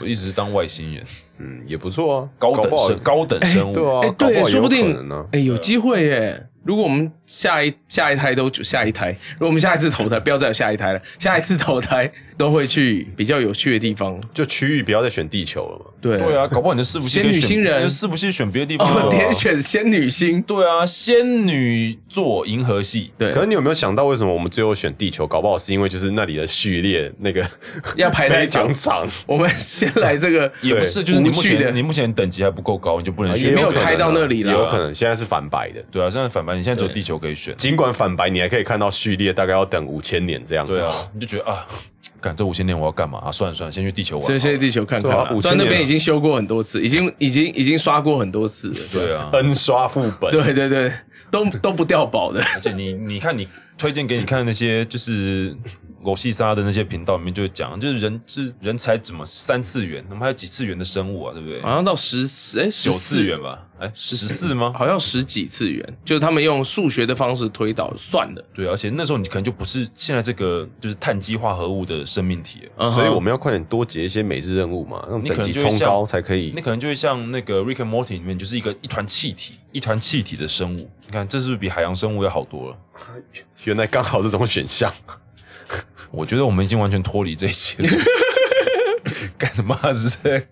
我一直是当外星人，嗯，也不错啊，高搞不等好生高等生物。对啊，哎、搞对，好说不有定可能啊哎、有机会耶、如果我们下一下一胎都下一胎，如果我们下一次投胎，不要再有下一胎了，下一次投胎都会去比较有趣的地方。就区域不要再选地球了嘛。对对啊，搞不好你的是不是仙女星人是不是选别的地方啊哦，了？啊点选仙女星，对啊，仙女座银河系，对可，是你有没有想到，为什么我们最后选地球？搞不好是因为就是那里的序列那个要排太非常长长，我们先来这个也不对是，就是你无目趣的前你目前等级还不够高，你就不能也选。没有可能啊开到那里啦也有可能现在是反白的。对啊，现在反白，你现在只有对地球可以选。尽管反白，你还可以看到序列大概要等五千年这样子。对啊，你就觉得啊，干这五千年我要干嘛啊？算了算了，先去地球玩好先了。先去地球看看对啦啊。虽然5000那年边了已经修过很多次，已经已经已经刷过很多次了。对啊， ，N 刷副本。对对对，都都不掉 宝的。而且你你看你推荐给你看那些就是狗戏沙的那些频道里面就会讲，就是人是人才怎么三次元，我们还有几次元的生物啊，对不对？好像到十四哎九次元，吧？哎，十四吗？好像十几次元，就是他们用数学的方式推导算的。对，而且那时候你可能就不是现在这个就是碳基化合物的生命体了，嗯哼所以我们要快点多结一些每日任务嘛，让你可等能级就会冲像高才可以嗯你。可能就会像那个《Rick and Morty》里面就是一个一团气体，一团气体的生物。你看，这是不是比海洋生物要好多了？原来刚好这种选 项，我觉得我们已经完全脱离这一切了。 干什么啊？是在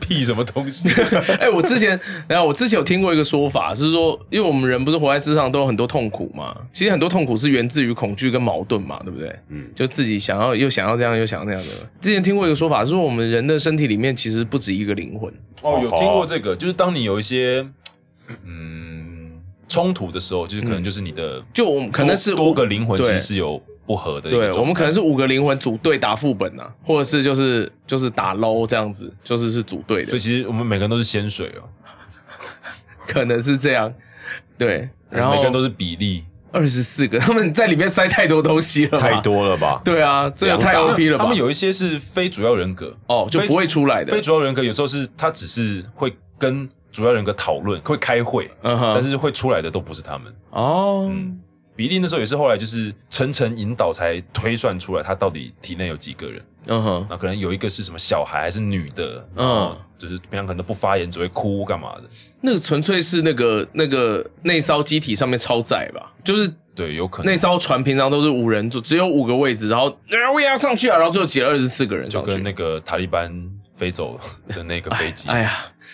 屁什么东西？ 哎、我之前，然后我之前有听过一个说法，是说，因为我们人不是活在世上都有很多痛苦嘛，其实很多痛苦是源自于恐惧跟矛盾嘛，对不对？嗯，就自己想要又想要这样又想要那样的。之前听过一个说法，是说我们人的身体里面其实不止一个灵魂，哦，有听过这个，就是当你有一些嗯冲突的时候，就是可能就是你的多、嗯就我们可能是多个灵魂对其实有不合的一个对状态，我们可能是五个灵魂组队打副本啊，或者是就是就是打 low 这样子，就是是组队所的以，其实我们每个人都是仙水哦，可能是这样。对，然后哎每个人都是比例，二十四个，他们在里面塞太多东西了吧，太。多了吧？对啊，这个两太打 OP 了吧？他们有一些是非主要人格，哦，就非不会出来的非。主要人格有时候是他只是会跟主要人格讨论，会开会，嗯哼，但是会出来的都不是他们。哦，嗯比例那时候也是后来就是层层引导才推算出来他到底体内有几个人，嗯哼，那可能有一个是什么小孩还是女的，嗯嗯，就是平常可能都不发言，只会哭干嘛的，那个纯粹是那个那个那艘机体上面超载吧，就是对，有可能那艘船平常都是五人座，只有五个位置，然后呃我也要上去啊，然后就挤了二十四个人就上去。跟那个塔利班飞走的那个飞 机，哎呀，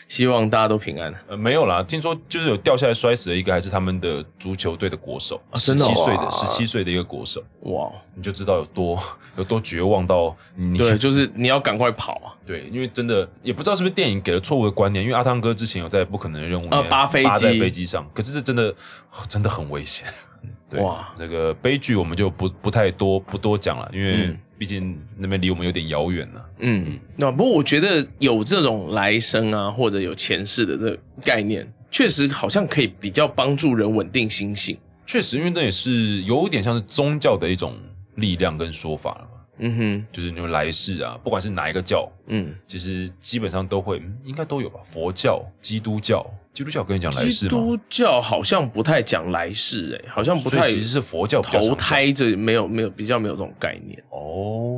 希望大家都平安。呃，没有啦，听说就是有掉下来摔死的一个，还是他们的足球队的国手，啊十真的哦七岁的哇十七岁的一个国手，哇，你就知道有多有多绝望到你对，就是你要赶快跑啊！对，因为真的也不知道是不是电影给了错误的观念，因为阿汤哥之前有在《不可能的任务》里啊面扒飞在机飞机上，可是这真的哦真的很危险。 对哇这个悲剧我们就不不太多不多讲了，因为嗯毕竟那边离我们有点遥远了。嗯，那不过我觉得有这种来生啊，或者有前世的这个概念，确实好像可以比较帮助人稳定心性。确实，因为那也是有点像是宗教的一种力量跟说法了嘛，嗯哼，就是你们来世啊，不管是哪一个教，嗯，其实基本上都会，嗯应该都有吧。佛教、基督教，基督教跟你讲来世基吗？督教好像不太讲来世、欸，好像不所以太其实是佛教比较常投讲胎这没有没有比较没有这种概念，哦，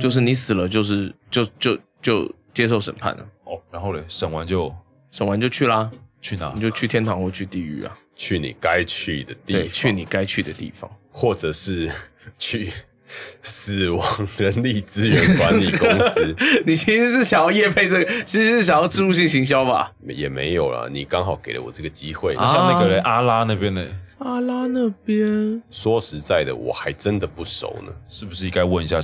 就是你死了就是就就就接受审判了，哦，然后嘞，审完就审完就去啦，去哪你？就去天堂或去地狱啊，去你该去的地对，方，去你该去的地方。或者是 去死亡人力资源管理公 司 你其实是想要业配这个，其实是想要植入性行销吧？也没有啦。你刚好给了我这个机会。啊像那个嘞，阿拉那边嘞，阿拉那边，说实在的，我还真的不熟呢。是不是该问一下？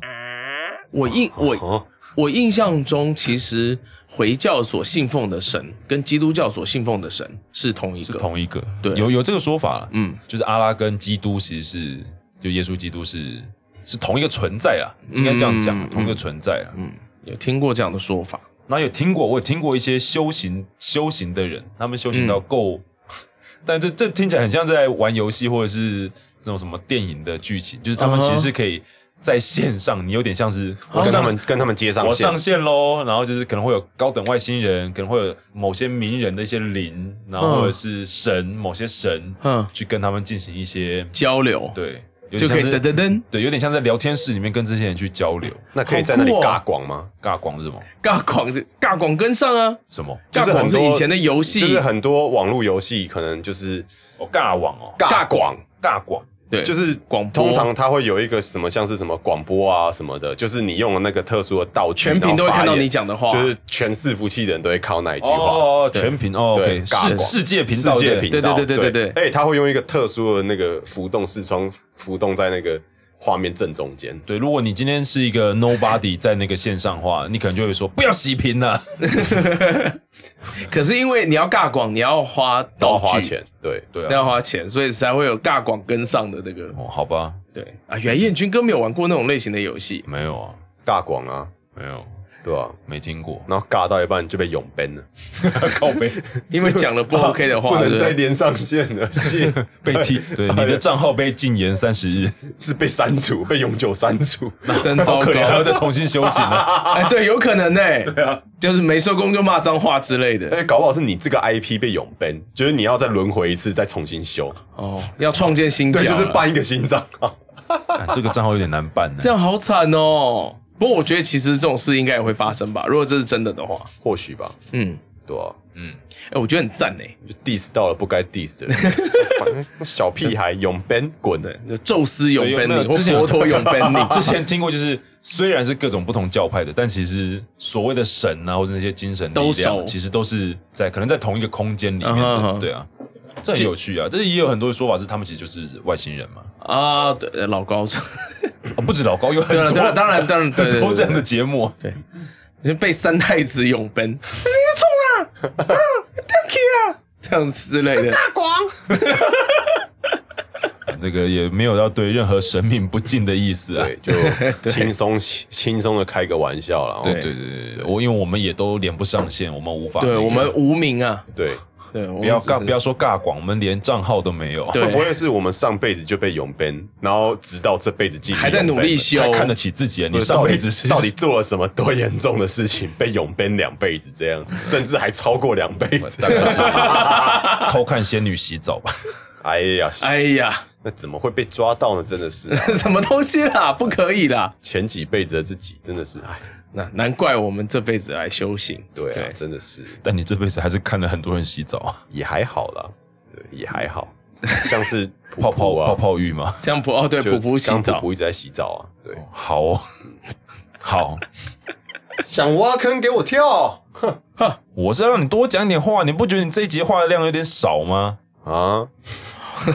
我印我哦，我印象中，其实回教所信奉的神跟基督教所信奉的神是同一是个，同一个，对有有这个说法了，嗯就是阿拉跟基督其实是，就耶稣基督是是同一个存在啦，嗯应该这样讲，嗯同一个存在啦。嗯，有听过这样的说法，那有听过，我有听过一些修行修行的人，他们修行到够， 但这这听起来很像在玩游戏或者是那种什么电影的剧情，就是他们嗯哼其实是可以在线上，你有点像是我哦跟他上们跟他们接上我线上，线喽，然后就是可能会有高等外星人，可能会有某些名人的一些灵，然后或者是神，某些神嗯，去跟他们进行一些交流，对，有就点可以像噔是噔噔对，有点像在聊天室里面跟这些人去交流。那可以在那里好酷哦尬广吗？尬广是什么？尬广尬广跟上啊，什么？就尬是广很是多以前的游戏，就是很多网络游戏可能就是哦，尬网哦，尬尬广广，尬广对，就是广播通常它会有一个什么像是什么广播啊什么的，就是你用了那个特殊的道具，全屏都会看到你讲，讲的话，就是全伺服器的人都会靠那一句哦话。哦，哦对全屏哦对，OK，，尬世广世界频道世界对频对道，对对对对哎，它会用一个特殊的那个浮动视窗浮动在那个画面正中间，对，如果你今天是一个 nobody 在那个线上的话，你可能就会说不要洗屏了。可是因为你要尬广，你要花然后道具，花钱，对， 对要啊，花钱，所以才会有尬广跟上的这个。哦，好吧，对啊，袁彦军哥没有玩过那种类型的 游戏，没有啊，尬广啊，没有，对吧？，没听过然后尬到一半就被永 ban 了，靠背因为讲了不 OK 的话，不对能不再对？连上线了，是 被踢，对，你的账号被禁言三十 日，是被删除，被永久删除。真糟好可怜，还要再糕。重新修行 呢。啊哎，对，有可能呢、就是没收工就骂脏话之类的。哎，搞不好是你这个 IP 被永 ban，就是你要再轮回一次，再重新修。啊哦，要创建新家对，了，就是办一个新账号。干哎这个账号有点难办呢这。样好惨哦。不过我觉得其实这种事应该也会发生吧，如果这是真的的话， 或许吧，嗯，对啊，嗯，哎、我觉得很赞哎，就 diss 到了不该 diss 的人， 反正小屁孩永 ban 滚对，就宙斯永对有奔没有你，或之前佛 陀永奔 你，之前听过，就是虽然是各种不同教派的，但其实所谓的神啊，或者那些精神力都量，熟其实都是在可能在同一个空间里面嗯哼的。哼对啊，这很有趣啊。这也有很多的说法是他们其实就是外星 人嘛。啊，对，呃老高说，啊，不止老高，有 很对了，多对了，当然，当然，对很对多对，这样的哎节目。对就被三太子永奔，你冲啊，啊，thank you 啊，这样之类的，这个也没有要对任何神明不敬的意思啊。对，就轻松轻松的开个玩笑啦。哦对对对对，我因为我们也都连不上线，我们无法那对个。我们无名啊，对，对，我不们要只是尬，不要说尬广，我们连账号都没有。对 会不会是我们上辈子就被永 ban，然后直到这辈子继续还在永 ban 努力修太看得起自己啊了，你不是上辈子到底是到底做了什么多严重的事情，被永 ban 两辈子这样子，甚至还超过两辈子？大概是 偷看仙女洗澡吧？ 哎呀，哎哎，呀， 那怎么会被抓到呢？真的是啊、什么东西啦，不可以啦，前几辈子的自己，真的是哎，那难怪我们这辈子来修行，对啊，真的是但你这辈子还是看了很多人洗澡，啊也还好啦，对，也还好，像是普泡泡普啊泡泡浴吗？像普哦，对，就普普洗刚澡普，普一直在洗澡啊，对，好哦， 好，想挖坑给我跳哈， 我是要让你多讲点话，你不觉得你这一节话的量有点少吗？啊！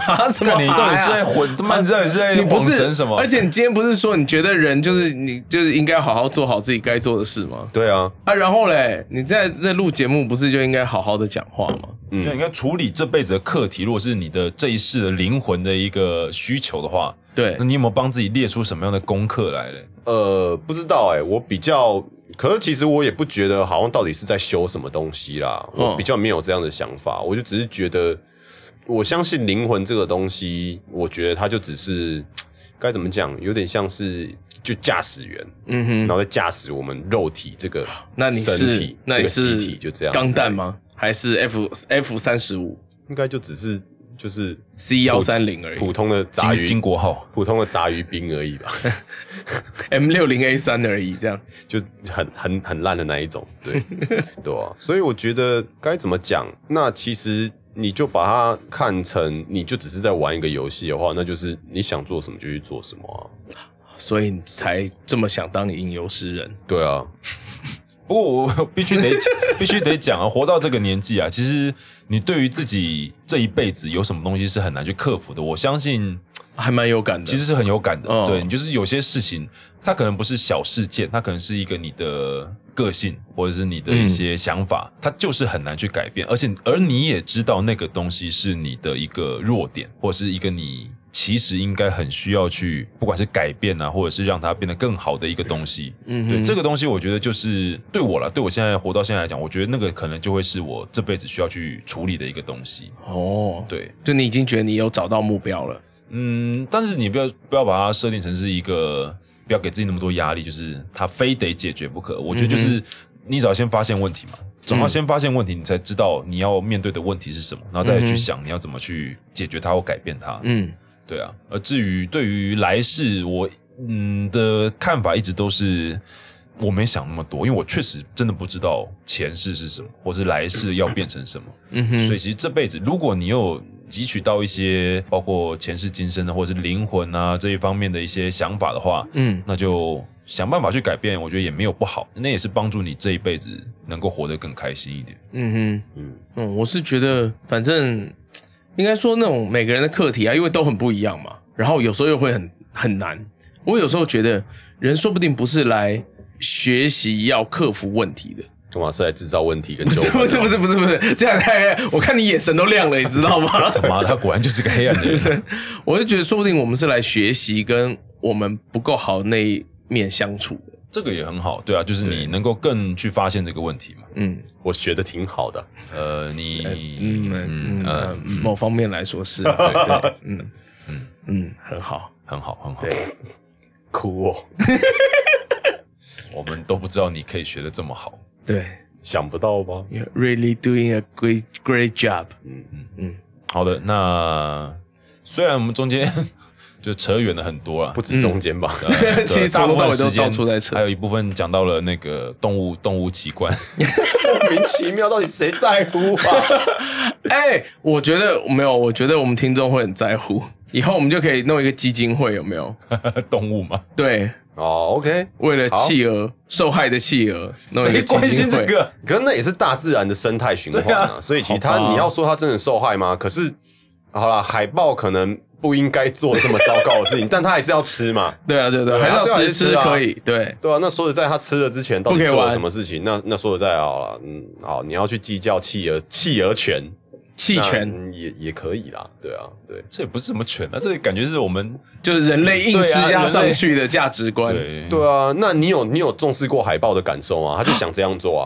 啊，什么看你到底是啊在混，他妈你到底是在你不晃是神哎什么？而且你今天不是说你觉得人就是你就是应该好好做好自己该做的事吗？对啊，啊，然后嘞，你在在录节目不是就应该好好的讲话吗？嗯就，你要处理这辈子的课题，如果是你的这一世的灵魂的一个需求的话，对那，你有没有帮自己列出什么样的功课来嘞？呃，不知道哎、我比较，可是其实我也不觉得好像到底是在修什么东西啦，我嗯比较没有这样的想法，我就只是觉得，我相信灵魂这个东西，我觉得它就只是该怎么讲，有点像是就驾驶员，嗯然哼，后再驾驶我们肉体这个那你身是体，那你这个是机体就这样子钢弹？吗？还是 F F 三十五应该就只是就是 C 幺三零而普已通的杂金鱼金国号，普通的杂鱼兵而已吧， ，M 六零 A 三而已，这样就很很很烂的那一种，对对啊，所以我觉得该怎么讲？那其实你就把它看成，你就只是在玩一个游戏的话，那就是你想做什么就去做什么啊，所以你才这么想当吟游诗人。对啊，不过我我必须 得必须得讲啊，活到这个年纪啊，其实你对于自己这一辈子有什么东西是很难去克服的。我相信还蛮有感的，其实是很有感的，哦对你就是有些事情，它可能不是小事件，它可能是一个你的个性或者是你的一些想嗯法，它就是很难去改变，而且而你也知道那个东西是你的一个弱点，或是一个你。其实应该很需要去，不管是改变啊，或者是让它变得更好的一个东西，嗯对哼，这个东西，我觉得就是对我了，对我现在活到现在来讲，我觉得那个可能就会是我这辈子需要去处理的一个东西。哦，对，就你已经觉得你有找到目标了。嗯，但是你不要不要把它设定成是一个，不要给自己那么多压力，就是它非得解决不可。我觉得嗯就是你只要先发现问题嘛，总要先发现问题，你才知道你要面对的问题是什么，然后再去嗯哼想你要怎么去解决它或改变它。嗯，对啊，而至于对于来世，我嗯的看法一直都是我没想那么多，因为我确实真的不知道前世是什么，或是来世要变成什么。嗯哼，所以其实这辈子，如果你有汲取到一些包括前世今生的，或者是灵魂啊这一方面的一些想法的话，嗯，那就想办法去改变，我觉得也没有不好，那也是帮助你这一辈子能够活得更开心一点。嗯嗯，哼，嗯，我是觉得，反正应该说那种每个人的课题啊，因为都很不一样嘛，然后有时候又会很很难。我有时候觉得，人说不定不是来学习要克服问题的， 干嘛是来制造问题跟不纠是纷？啊不是不是不是不是，这样太，我看你眼神都亮了，你知道吗？ 他妈的，他果然就是个黑暗的人。我就觉得，说不定我们是来学习跟我们不够好那一面相处的。这个也很好，对啊，就是对你能够更去发现这个问题嘛。嗯我学的挺好的，呃，你嗯嗯嗯呃呃，，某方面来说是，对对，嗯嗯嗯，很好。很好很好，对，哭哦，我们都不知道你可以学的这么好。对想不到吧？ ，You're really doing a great great job。嗯，好的，那虽然我们中间 就扯远了很多了不，止中间吧， 呃其实大部分的时间从头到尾都到处在扯还有一部分讲到了那个动物动物奇观， 莫名其妙，到底谁在乎啊？ 哎，我觉得没有，我觉得我们听众会很在乎。 以后我们就可以弄一个基金会，有没有？动物嘛，对，哦，OK，为了好企鹅受害的企鹅，弄一个谁关基心金这会。个？可是那也是大自然的生态循环对啊，啊所以其实好吧它你要说它真的受害吗？可是好啦，海豹可能不应该做这么糟糕的 事情，但它还是要吃嘛，对啊，对对，对啊还是要最好吃是吃吃啊可以，对，对啊。那说实在，它吃了之前到不底可以做了玩什么事情？那那说实在好了，嗯，好，你要去计较企鹅企鹅权，弃那权。嗯也也可以啦，对啊，对。这也不是什么犬啊，这感觉是我们就是人类硬施对啊人加类上去的价值观。对对啊，那你有你有重视过海豹的感受吗？他就想这样做啊，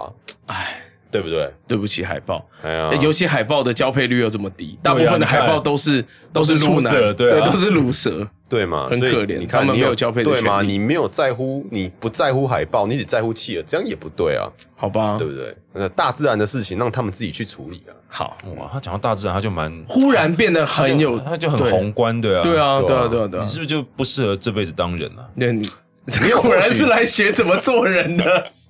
哎，对不对？对不起海豹，哎呀，尤其海豹的交配率又这么低，大部分的你看海豹都是都是都是处乳男，蛇对啊都是乳蛇。对嘛，很所以可怜你他看，们你没有交配的对嘛？权利你没有在乎，你不在乎海豹，你只在乎企鹅，这样也不对啊，好吧对，不对？那大自然的事情让他们自己去处理 啊。好，哇，他讲到大自然，他就蛮忽然变得很有，他就很对宏。观，对啊，对啊，对对啊，啊对啊，对啊你。是不是就不适合这辈子当人啊？ 那你没有，果然或许是来学怎么做人 的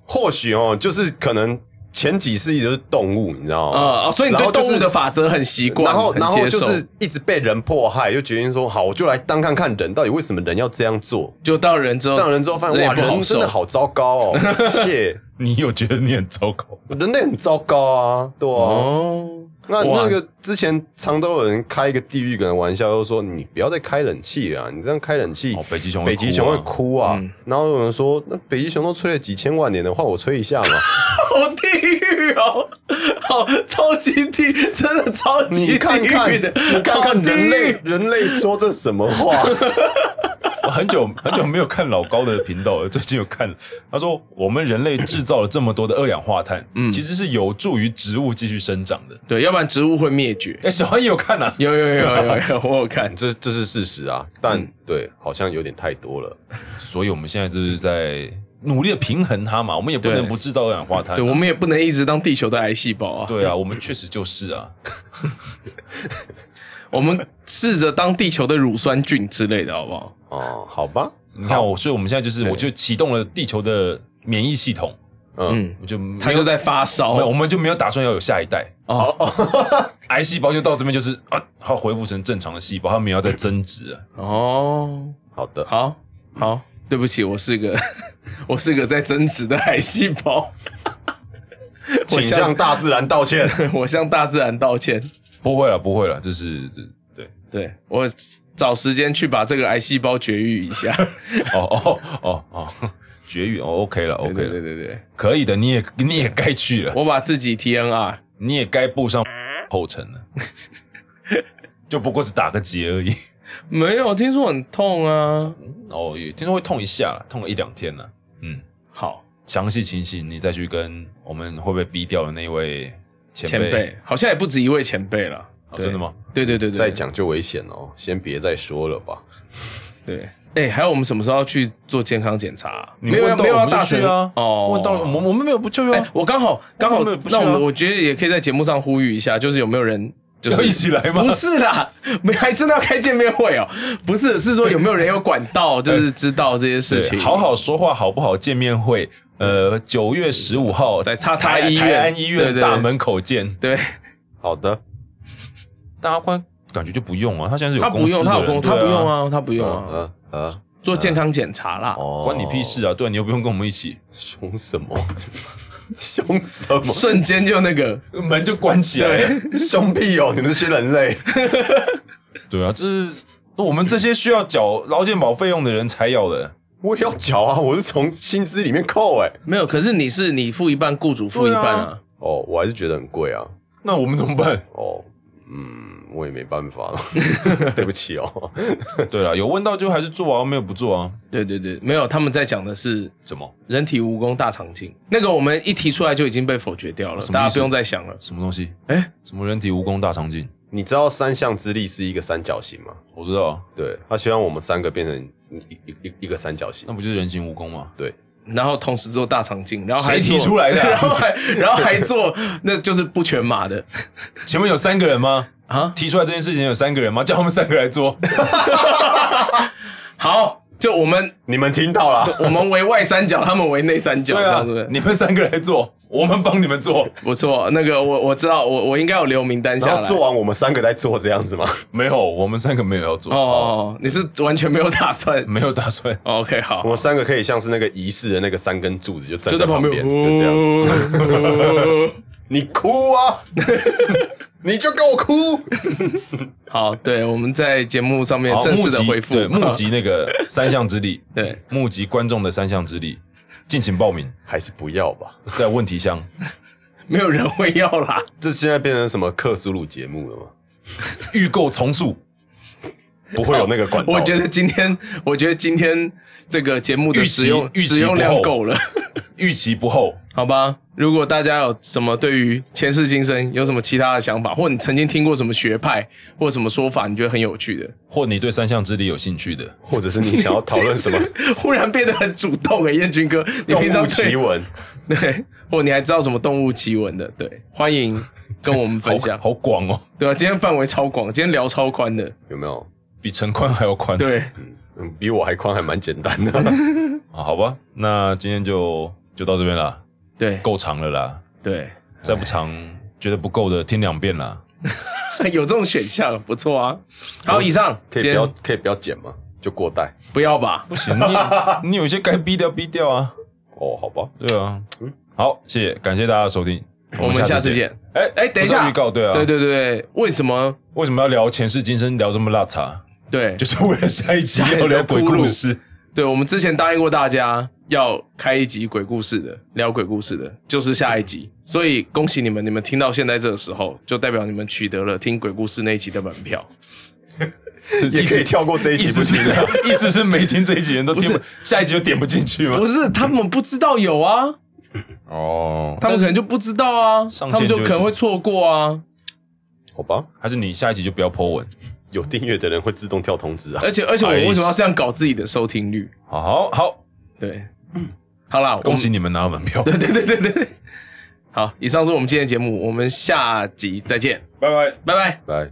或许哦，就是可能前几世一直是动物，你知道吗？啊啊！所以你哦然对后就是动物的法则很习惯，然后，然很后接受就是一直被人迫害，就决定说好，我就来当看看人到底为什么人要这样做。就到人之后，当人之后发现，哦也哇，不人真的受，好糟糕哦！ 谢，你有觉得你很糟糕？人类很糟糕啊，对啊。哦。那哇那个之前常都有人开一个地狱梗的玩笑，就说你不要再开冷气了啊、你这样开冷气，哦北极熊会北极熊会哭啊哭啊。嗯然后有人说，那北极熊都吹了几千万年的话，换我吹一下嘛。好地狱哦， 好超级地狱，真的超级你地狱的，看看，你看好看地人类狱，人类说这什么话？我 很久很久没有看老高的频道了， 最近有看了。他说我们人类制造了这么多的二氧化碳，嗯其实是有助于植物继续生长的。对，要不然植物会灭绝。哎，小安也有看啊，有有有有 有，我有看，这这是事实啊，但、对，好像有点太多了。所以我们现在就是在努力的平衡它嘛，我们也不对能不制造二氧化碳啊、对我们也不能一直当地球的癌细胞啊，对啊，我们确实就是啊，我们试着当地球的乳酸菌之类的，好不好？哦，好吧，你看我，所以我们现在就是对我就启动了地球的免疫系统，嗯，嗯，我就没有它就在发没有我烧，们就没有打算要有下一代。哦 癌细胞就到这边就是啊，它恢复成正常的细胞，它没有再增啊殖了。哦，好的，好好，对不起，我是个 我是个在增殖的癌细胞，请向大自然道歉。我向大自然道歉。不会了，不会了，就是这 对。对我找时间去把这个癌细胞绝育一下。哦哦哦哦，绝育哦，OK 了，OK 了，对对对对，可以的，你也你也该去了，我把自己 TNR。你也该步上后尘了，就不过是打个结而已。没有，听说很痛啊。哦，也听说会痛一下啦，痛个一两天了。嗯，好，详细情形你再去跟我们会被逼掉的那位前前辈好像也不止一位前辈了。哦对真的吗？对对对对，再讲就危险哦，先别再说了吧。对。哎，还有我们什么时候要去做健康检查啊？你没有问要到没有我要们就大哦去神啊，问到我们我们没有不去啊哎，，我刚好刚好，没有不去哦啊那我们我觉得也可以在节目上呼吁一下，就是有没有人就是要一起来吗不是啦，没还真的要开见面会哦、不是，是说有没有人有管 道，就是知道这些事对情。好好说话好不好？见面会，呃，九月十五号在叉叉台医院台安医对院对大门口见。对好的，大家感觉就不用啊，他现在是有他公不司的用，他有人公，他对不用啊，他不用啊，呃呃呃，做健康检查啦。哦关你屁！事啊！对啊，你又不用跟我们一起，凶什么？ 凶什么？瞬间就那个，门就关起来了。对，凶屁哦！你们这些人类，对啊，这是我们这些需要缴劳健保费用的人才要的。我也要缴啊！我是从薪资里面扣哎、没有。可是你是你付一半，雇主付一半啊。哦，我还是觉得很贵啊。那我们怎么办？哦，嗯，我也没办法 了，对不起哦。对啊，有问到就还是做啊，没有不做啊。对对对，没有，他们在讲的是怎么人体蜈蚣大肠镜，那个我们一提出来就已经被否决掉了，什么意思大家不用再想了。什么东西？哎，什么人体蜈蚣大肠镜？你知道三项之力是一个三角形吗？我知道啊，对，他希望我们三个变成一一一一个三角形那。不就是人形蜈蚣吗？然后同时做大肠镜，然后还谁提做出来的啊 然后还然后还做，那就是不全麻的前面有三个人吗？啊。提出来这件事情有三个人吗？叫他们三个来 做。好，就我们你们听到了？我们为外三角，他们为内三角，对这啊样子，你们三个来做，我们帮你们做。不错。那个我我知道，我我应该有留名单下然来。后做完我们三个再做这样子吗？没有，我们三个没有要做，哦，你是完全没有打算。没有打算。哦 OK，好我，们三个可以像是那个仪式的那个三根柱子，就站就在在旁边边，。就这样。哦你哭啊！你就给我哭！ 好，对，我们在节目上面好，正募式的集回复，对募集那个 三项之力， 对，募集观众的三项之力，敬请报名还是不要吧？在问题箱。没有人会要啦。这现在变成什么克苏鲁节目了吗？预购从速，不会有那个管道。 我觉得今天，我觉得今天这个节目的预期使用预期使用量不厚够了，预期不厚。好吧？如果大家有什么对于前世今生有什么其他的想法，或你曾经听过什么学派或什么说法，你觉得很有趣的，或你对三项之力有兴趣的，或者是你想要讨论什么忽然变得很主动诶、燕军哥，你 平动常物奇对 闻？对，或你还知道什么动物奇闻的，对，欢迎跟我们好分享。好广哦，对啊，今天范围超广，今天聊超宽的，有没有？比陈宽还要宽。对。嗯，比我还宽，还蛮简单的。啊，好吧，那今天就就到这边啦，对够长了啦，对，再不长觉得不够的听两遍啦。 有这种选项不错啊。好，以上可 今以不天要，可以不要剪吗？就过带。不要吧？不行， 你你有一些该逼掉逼掉啊，哦，好吧。对啊。好，谢谢，感谢大家的收听，嗯我们下次。见。哎哎，等一下，预告对啊，对对对对，为什么？为什么要聊前世今生聊这么邋遢？ 对，就是为了下一集下一集要聊再铺鬼故路事。对我们之前答应过大家要开一集鬼故事的，聊鬼故事的，就是下一集。所以恭喜你们，你们听到现在这个时候，就代表你们取得了听鬼故事那一集的门票。也可以跳过这一意集不思是 行啊。意思是没听这一集人都听不，下一集就点不进去吗不？是，他们不知道有啊，哦，他们可能就不知道啊，上线他们就可能会错过啊。好吧，还是你下一集就不要 po 文。有订阅的人会自动跳通知啊。而且而且，我不好意思为什么要这样搞自己的收听率？好好好，对，好啦，恭喜你。你们拿到门票， 对对对对对对。好，以上是我们今天的节目，我们下集再见，拜拜。拜拜。来。